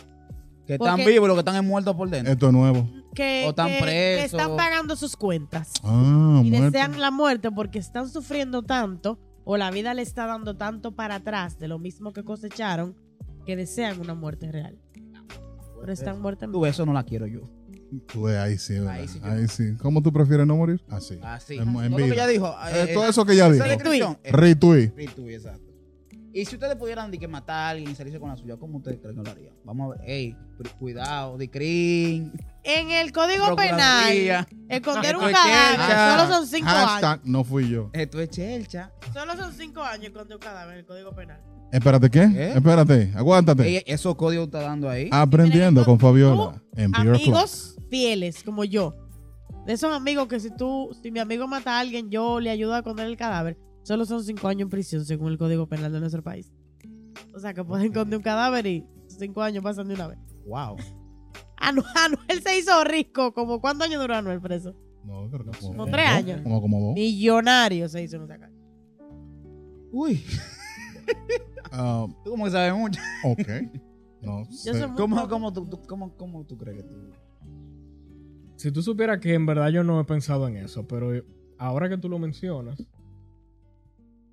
Que
¿Por
están
qué?
vivos, los que están es muertos por dentro.
Esto es nuevo.
Que,
O están
que- que
presos.
están pagando sus cuentas.
Ah,
y
muerte.
desean la muerte porque están sufriendo tanto o la vida le está dando tanto para atrás de lo mismo que cosecharon que desean una muerte real. Pero están muertos en
Tú, eso no la quiero yo.
Tú ves, ahí sí, ¿verdad?
Ahí
Ahí
sí
sí,
yo-
¿Cómo tú prefieres no morir? Así.
Así.
En- en
todo lo que
vida.
ya dijo.
Eh,
eh,
todo
eh,
eso que ya
esa
dijo.
descripción, eh,
Retweet.
Retweet, exacto. Y si ustedes pudieran de que matar a alguien y salirse con la suya, ¿cómo ustedes creen que lo harían? Vamos a ver, ey, cu- cuidado, de crin,
En el código penal,
Procuraduría.
esconder un
Esto es
cadáver
chelcha.
Ah, solo son cinco años.
Hashtag, no fui yo.
esto es chelcha.
Solo son cinco años esconder un cadáver en el código penal.
Espérate, ¿qué?
¿Eh?
Espérate, aguántate.
Ey, esos códigos está dando ahí.
Ah, Aprendiendo
Mira,
con
tú-
Fabiola en Pure Club.
Amigos fieles como yo, de esos amigos que si tú, si mi amigo mata a alguien, yo le ayudo a esconder el cadáver. Solo son cinco años en prisión según el código penal de nuestro país. O sea que pueden esconder un cadáver y cinco años pasan de una vez.
Wow.
Anu- Anuel se hizo rico. Como cuántos años duró Anuel preso?
Eh, No, creo que
Como tres años.
Como, como vos.
Millonario se hizo en esa calle.
Uy,
Ah,
tú como que sabes mucho.
ok. No sé.
Yo soy muy
¿Cómo,
poco-
cómo tú, tú- cómo, cómo tú crees que tú?
Si tú supieras que en verdad yo no he pensado en eso, pero ahora que tú lo mencionas,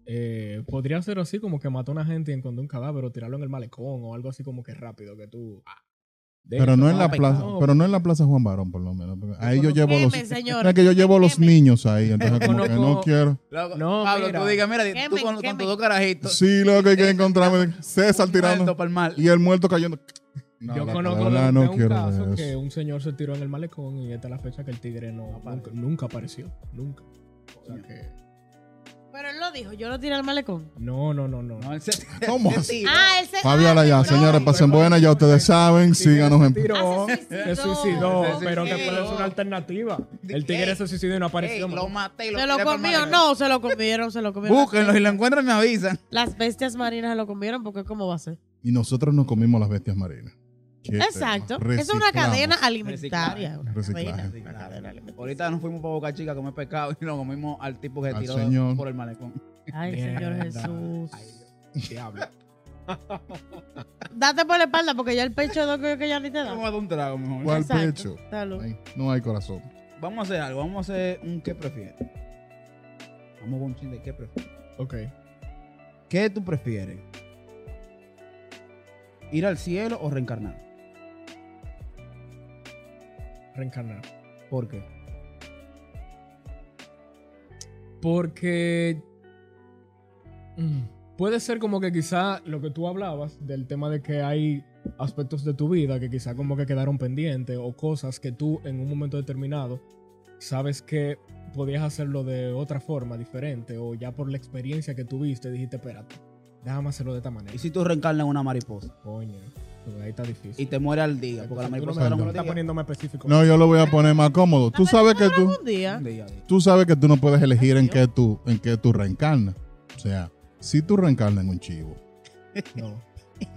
eh, podría ser así como que mató a una gente y encontró un cadáver o tirarlo en el malecón o algo así como que rápido que tú... ah, de-
Pero no en la
No,
plaza,
no.
pero no en la plaza Juan Barón, por lo menos. porque Ahí yo llevo los,
Quemen, señor.
es que yo llevo los
Quemen.
niños ahí, entonces como que no
Conozco-
quiero.
No,
Pablo,
mira.
tú digas, mira, tú
Quemen,
con, con
quemen.
tus dos carajitos.
Sí, loco, hay
Eh,
que encontrarme César
un
tirando
muerto pa'l mar.
y el muerto cayendo. No,
yo
la
conozco
verdad
de,
no
de un
quiero
caso
ver
que
eso.
un señor se tiró en el malecón y esta es la fecha que el tigre no nunca, nunca apareció. Nunca. O sea que...
Pero él lo dijo, yo lo tiré al malecón.
No, no, no, no.
No, él se-
¿Cómo
se
así?
tira.
Ah, él se.
Fabiola ya,
ah,
señores,
perdón.
pasen buenas, ya ustedes saben, síganos en
Tiró,
Ah, se
se
suicidó.
suicidó,
Se
pero que
suicidó.
puede ser una alternativa. El tigre
Ey,
se suicidó y no apareció.
Ey,
man.
lo maté y lo
Se lo
tiré pa'l mar.
comió, no, se lo comieron, se lo comieron.
Búsquenlo y lo encuentran me avisan.
Las bestias marinas se lo comieron porque ¿cómo va a ser?
Y nosotros nos comimos las bestias marinas. Qué
Exacto.
tema.
Es una
Reciclamos.
cadena alimentaria. una
Reciclaje.
cadena,
Sí,
una
claro.
cadena alimentaria.
Ahorita nos fuimos para Boca Chica a comer pescado y nos comimos al tipo que
Al
tiró
señor.
por el malecón.
Ay, Señor
Mierda.
Jesús.
Diablo.
Date por la espalda porque ya el pecho no creo que ya ni te da.
Vamos a dar un trago mejor.
¿Cuál
Exacto.
pecho?
Salud.
Ay, no hay corazón.
Vamos a hacer algo, vamos a hacer un qué prefieres. Vamos con un chin de qué prefieres.
Ok.
¿Qué tú prefieres? ¿Ir al cielo o reencarnar?
Reencarnar.
¿Por qué?
Porque mm, puede ser como que quizá lo que tú hablabas del tema de que hay aspectos de tu vida que quizá como que quedaron pendientes o cosas que tú en un momento determinado sabes que podías hacerlo de otra forma diferente o ya por la experiencia que tuviste dijiste espérate déjame hacerlo de esta manera
¿Y si tú reencarnas en una mariposa
coño pues ahí está difícil
y te muere al día? Porque la
Entonces, tú no
mariposa
me-
era
tú
un
no estás
día.
poniendo más específico
No, yo lo voy a poner más cómodo. Tú sabes que tú,
Un día.
Un día, día.
tú sabes que tú no puedes elegir
Ay,
en
Dios.
qué tú, en qué tú reencarnas. O sea, si tú reencarnas en un chivo,
no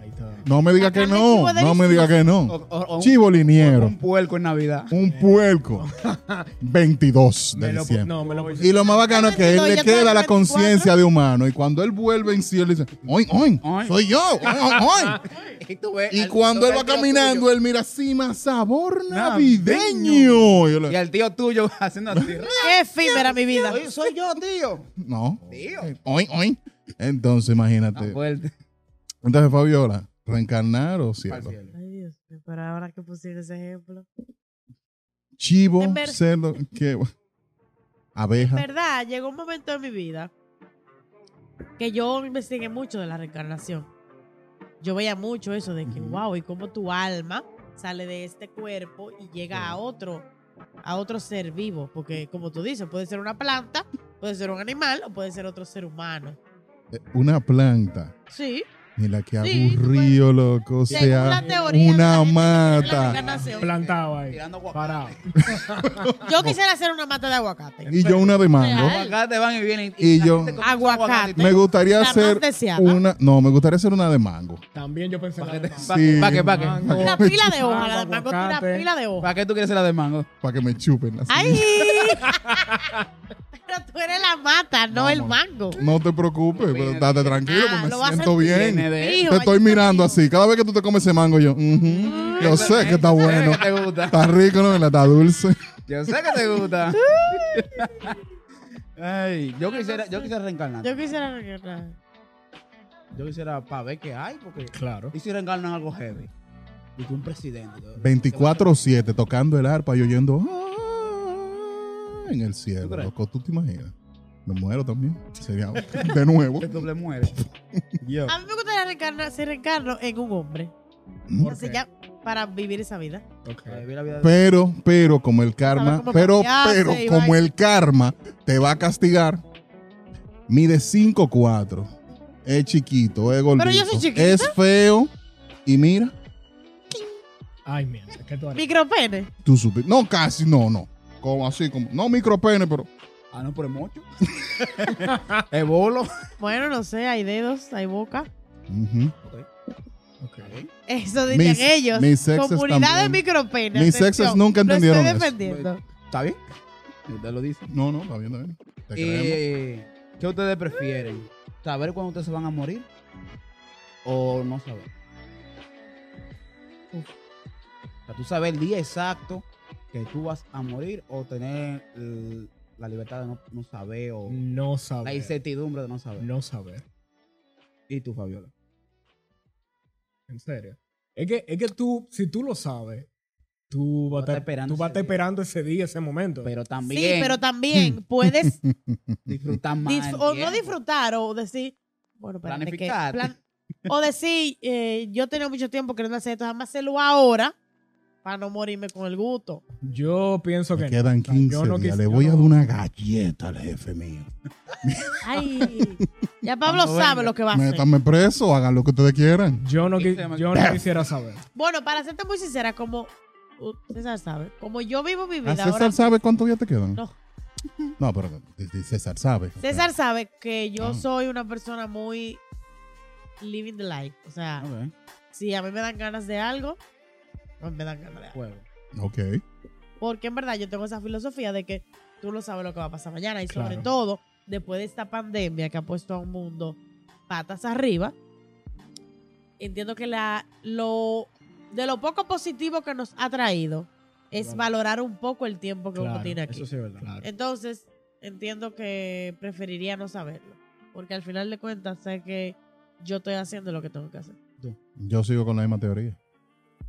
ahí está
no me digas que
carne de chivo
no,
es
no me digas que
O,
no.
o- o un,
Chivo
o
liniero,
un puerco en Navidad.
un puerco, 22
Me
de
lo-
diciembre.
no me lo
Y lo más bacano es que él le queda la conciencia de humano. Y cuando él vuelve en sí, él dice, ¡oin, oin!
Oin.
¡Soy yo! ¡Oin, oin, oin".
Y, tú ves
Y
al-
cuando
tú
él
ves
va
al tío
caminando,
tuyo-
él mira así, más sabor navideño.
Navideño.
Y yo le-
Y al tío tuyo haciendo así.
Qué efímera mi vida.
Oye, soy yo, tío.
No.
Tío.
Oin, oin. Entonces, imagínate.
Tan fuerte.
Entonces, Fabiola, reencarnar o
Al
cielo.
cielo.
Ay, Dios mío, pero ahora que pusieron ese ejemplo.
Chivo,
En ver-
cerdo, qué.
En
Abeja.
verdad, llegó un momento en mi vida que yo investigué mucho de la reencarnación. Yo veía mucho eso de que,
Ujú.
wow, y cómo tu alma sale de este cuerpo y llega a otro, a otro ser vivo. Porque, como tú dices, puede ser una planta, puede ser un animal o puede ser otro ser humano.
Eh, Una planta.
Sí,
Mira qué
Sí, tú
aburrido, loco. O
según la
sea,
teoría de la
una
gente de la
mata.
reencarnación.
plantado ahí
Tirando aguacate.
parado
Yo quisiera hacer una mata de aguacate.
Y yo una de mango.
Real.
Aguacate van y vienen.
Y
la
yo-
gente con
Aguacate.
Me gustaría
La más
hacer
deseada.
una. No, me gustaría hacer una de mango.
También yo pensé
Pa' que
en
te-
la-
pa' que- pa' que- pa' que-
Mango.
Una pila de hojas, la de
Aguacate.
mango, una pila de hojas.
¿Para qué tú quieres ser la de mango?
Para que me chupen. así.
¡Ay! pero tú eres la mata, no
Vamos.
el mango.
No te preocupes, pero estate tranquilo,
Ah, lo
pues me
vas a
siento
sentir,
bien.
Viene de-
Hijo,
Te estoy
maldito
mirando
hijo.
así. Cada vez que tú te comes ese mango, yo, ujú, yo sé que está bueno.
Yo sé que te gusta.
Está rico, ¿no? Está dulce.
Yo sé que te gusta. Ay, yo quisiera, yo quisiera reencarnar.
Yo quisiera reencarnar.
Yo quisiera para ver qué hay, porque.
Claro.
¿Y si reencarnan algo heavy? Y que un presidente. que-
24-7 tocando el arpa y oyendo "Ah", en el cielo.
¿Tú crees?
Loco, ¿tú te imaginas? Me muero también. Sería de nuevo.
Que doble muere. Yo.
A mí me gustaría reencarnar, ser reencarno en un hombre.
¿Por
Así
qué?
ya, para vivir esa vida.
Ok.
Para vivir la vida de-
Pero, pero, como el karma,
Sabe cómo
pero,
cambiarse,
pero,
Iván.
como el karma te va a castigar, mide 5'4, es chiquito, es gordito,
yo soy chiquita.
es feo, y mira,
Ay, mierda, ¿qué tú harás?
Micropene.
tú supiste, no, casi, no, no, como así, como, no micropene, pero,
Ah, no, pero es mocho. es bolo.
Bueno, no sé, hay dedos, hay boca.
ujú.
Ok.
Eso dicen
Mis-
ellos.
mis sexes
Comunidad de
también.
micropene.
Mis
atención.
sexes nunca
Lo
entendieron
Estoy
eso.
defendiendo.
¿Está bien? Usted lo dice.
no, no, está bien, está bien, te creemos.
Eh, ¿Qué ustedes prefieren? saber cuándo ustedes se van a morir o no saber. O sea, tú sabes el día exacto que tú vas a morir o tener eh, la libertad de no, no saber o
No
la
saber.
incertidumbre de no saber.
No saber.
¿Y tú, Fabiola?
En serio. Es que, es que tú, si tú lo sabes, tú vas a estar esperando, tú vas a estar
ese día.
esperando ese día, ese momento.
Pero
Sí,
también
pero también puedes
disfrutar más.
Dis-
el
o no
tiempo.
disfrutar o decir bueno espérate, que
Planificar.
o decir eh, yo tenía mucho tiempo queriendo hacer esto jamás hacerlo ahora para no morirme con el gusto
yo pienso
Me
que
quedan
no. O sea, yo
15
no
días.
quis-
Le
yo
voy a
no-
dar una galleta al jefe mío.
ay ya Pablo
Cuando
sabe
venga.
lo que va a hacer
Métanme preso, hagan lo que ustedes quieran.
Yo no, qui-
Quince de
yo no quisiera saber.
bueno para serte muy sincera como uh, César sabe como yo vivo mi
¿A
vida
Ah, César
ahora
sabe cuántos días te quedan?
No.
No, pero de- de César sabe.
César sabe que yo
Ah.
soy una persona muy living the life o sea
Ok,
si a mí me dan ganas de algo a mí me dan ganas de algo
juego.
Ok.
Porque en verdad yo tengo esa filosofía de que tú no sabes lo que va a pasar mañana. Y sobre
Claro.
todo, después de esta pandemia que ha puesto a un mundo patas arriba, entiendo que la, lo, de lo poco positivo que nos ha traído es
Claro.
valorar un poco el tiempo que uno
Claro,
tiene aquí.
Eso sí es verdad.
Entonces, entiendo que preferiría no saberlo. Porque al final de cuentas sé que yo estoy haciendo lo que tengo que hacer.
Yo sigo con la misma teoría.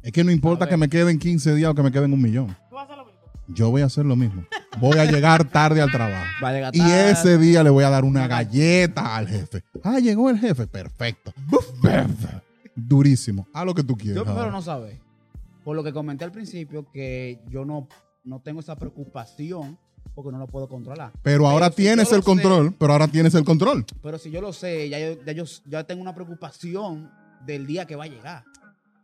Es que no importa
A ver.
que me queden 15 días o que me queden un millón.
¿Tú vas a hacer lo mismo?
Yo voy a hacer lo mismo. Voy a llegar tarde al trabajo.
Va a llegar
Y
tarde.
ese día le voy a dar una galleta al jefe. Ah, llegó el jefe. Perfecto. Buf, perfecto. Durísimo. Haz lo que tú quieras.
Yo primero no saber. Por lo que comenté al principio, que yo no, no tengo esa preocupación porque no lo puedo controlar.
Pero ahora
Pero si
tienes
yo lo
el control. Pero ahora tienes el control.
Pero si yo lo sé, ya yo, ya yo ya tengo una preocupación del día que va a llegar.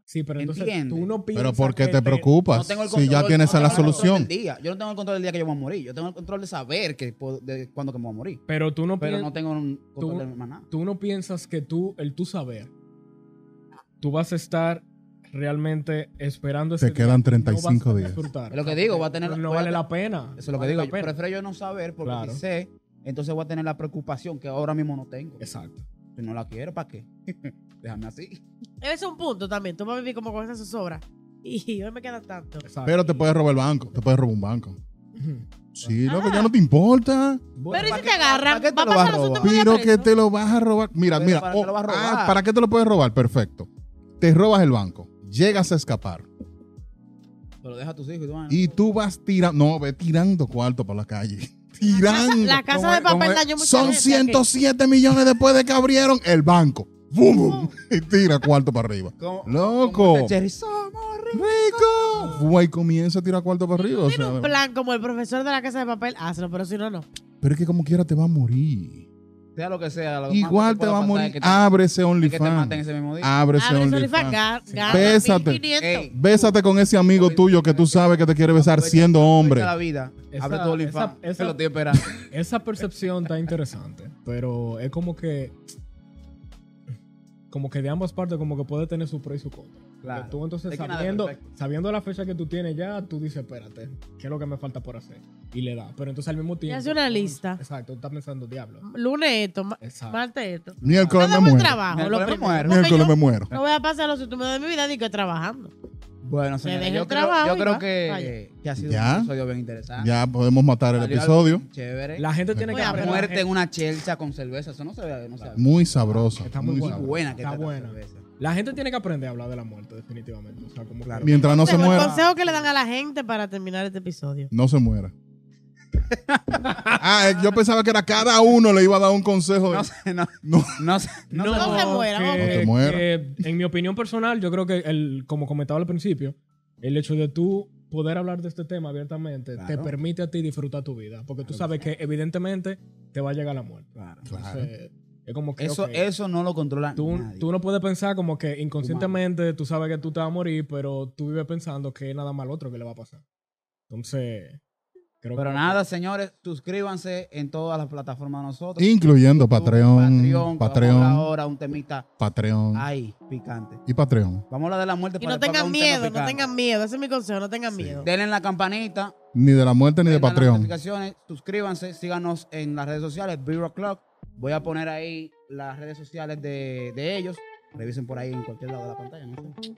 Sí, pero entonces
Entiende.
tú no piensas.
Pero ¿por qué
que
te
No
preocupas?
tengo el
Si Pues, ya
control-
tienes
no tengo
la
el control
solución.
del día. Yo no tengo el control del día que yo voy a morir. Yo tengo el control de saber que puedo- de cuándo que me voy a morir.
Pero tú no,
Pero
piensas-
no tengo un control
Tú-
de más nada.
tú no piensas que tú, el tú saber, tú vas a estar realmente esperando ese
Te quedan
día. No vas a
35 días.
disfrutar.
Es lo que digo, va a
porque
tener-
No
voy a
vale
te-
la pena.
Eso es lo que
vale
digo.
la
Yo
pena.
prefiero yo no saber porque
Claro.
si sé, entonces voy a tener la preocupación que ahora mismo no tengo.
Exacto.
Si no la quiero, ¿para qué? Déjame así.
Ese es un punto también. Tú vas a vivir como con esa zozobra. Y hoy me queda tanto.
exacto.
Pero te puedes robar el banco. Te puedes robar un banco.
Ujú.
Sí,
Ah.
loco, ya no te importa.
Pero ¿y
¿para qué-
si te agarran?
para qué te
¿Va a
lo vas
pasar
a
los
robar?
últimos días
Pero que
preso?
te lo vas a robar. Mira,
Pero
mira.
¿para qué lo vas a robar?
ah, ¿Para qué te lo puedes robar? Perfecto. Te robas el banco. Llegas a escapar.
Pero deja a tus hijos y tú vas-
Y tú vas tirando, no, ve tirando cuarto por la calle.
La casa-
Tirando.
La casa
¿Cómo
de
es? ¿Cómo
papel
es?
dañó mucha
Son
gente aquí.
107 millones después de que abrieron el banco. ¡Bum,
Oh.
bum! Y tira cuarto para arriba.
Como-
Loco.
como ese Jerry, somos ricos.
¡Rico! Fue y comienza a tirar cuarto para arriba. o
Tiene
sea,
un plan como el profesor de la casa de papel, hazlo, pero si no, no.
pero es que como quiera te va a morir.
Sea lo que sea. lo más
Igual
que
te va
pueda pasar
a morir. Ah,
es que te-
Abre ese
es que te maten
OnlyFans.
ese mismo día.
Abre ese
Abre el OnlyFans,
OnlyFans.
ga- gana
Bésate.
1500.
Ey,
Bésate con ese amigo tuyo que tú sabes que te quiere besar
aprovecha-
siendo hombre.
aprovecha la vida.
Esa-
Abre todo el infan.
esa- esa-
lo estoy esperando.
Esa percepción está interesante, pero es como que. Como que de ambas partes, como que puede tener su pro y su contra. Porque
Claro.
Tú entonces
Es que nada es
sabiendo,
perfecto.
sabiendo la fecha que tú tienes ya, tú dices, espérate, ¿qué es lo que me falta por hacer? Y le da. Pero entonces al mismo tiempo.
hace una lista. Ah.
Exacto, tú estás pensando, diablo.
Lunes esto, ma-
Exacto.
martes esto. No
Miércoles me
damos el
muero.
trabajo, lo
Miércoles me
primero.
muero.
Porque yo
Miércoles me muero.
No voy a pasar los últimos de mi vida ni que trabajando.
Bueno, señores,
deja
yo
el
creo,
trabajo
yo
y
creo
va.
que,
Vaya.
que ha sido
Ya.
un episodio bien interesante.
Ya podemos matar el
Salió
episodio.
algo Chévere.
La gente tiene
Voy
que
a
aprender-
ver.
muerte en una chelcha con cerveza. Eso no se ve. No se ve.
Muy sabrosa.
Está muy
muy
buena.
Muy
sabrosa.
buena que
Está
está la
buena.
cerveza.
La gente tiene que aprender a hablar de la muerte, definitivamente. O sea, como que-
Claro.
Mientras no se
Pero el
muera,
consejo que le dan a la gente para terminar este episodio.
no se muera. Ah, eh, yo pensaba que era cada uno le iba a dar un consejo. eh,
No sé, no.
No.
No sé. No,
No, se muera,
que-
no.
No te mueras.
que, en mi opinión personal, yo creo que, el, como comentaba al principio, el hecho de tú poder hablar de este tema abiertamente te
Claro.
permite a ti disfrutar tu vida. Porque tú sabes que, evidentemente, te va a llegar la muerte.
Claro.
Claro.
Entonces, es como que.
Eso,
ok,
eso no lo controla
Tú,
nadie.
tú no puedes pensar como que inconscientemente tú sabes que tú te vas a morir, pero tú vives pensando que es nada más al otro que le va a pasar. Entonces, creo
Pero
que-
nada, señores, suscríbanse en todas las plataformas de nosotros.
Incluyendo Patreon,
Patreon. que Vamos a hablar
Patreon,
ahora un temita.
Patreon
Ay, picante.
y Patreon.
Vamos a hablar de la muerte.
Y
para
no
después
tengan
hablar de un tema
miedo, no
picante.
tengan miedo. Ese es mi consejo, no tengan miedo.
Denle en la campanita.
Ni de la muerte ni de
denle a las
Patreon.
notificaciones, suscríbanse, síganos en las redes sociales, Bureau Club. Voy a poner ahí las redes sociales de, de ellos. Revisen por ahí en cualquier lado de la pantalla. no sé.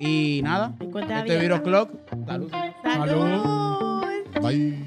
Y nada,
Mi cuenta
este
abierta.
Viro Clock. Salud.
Salud.
Bye.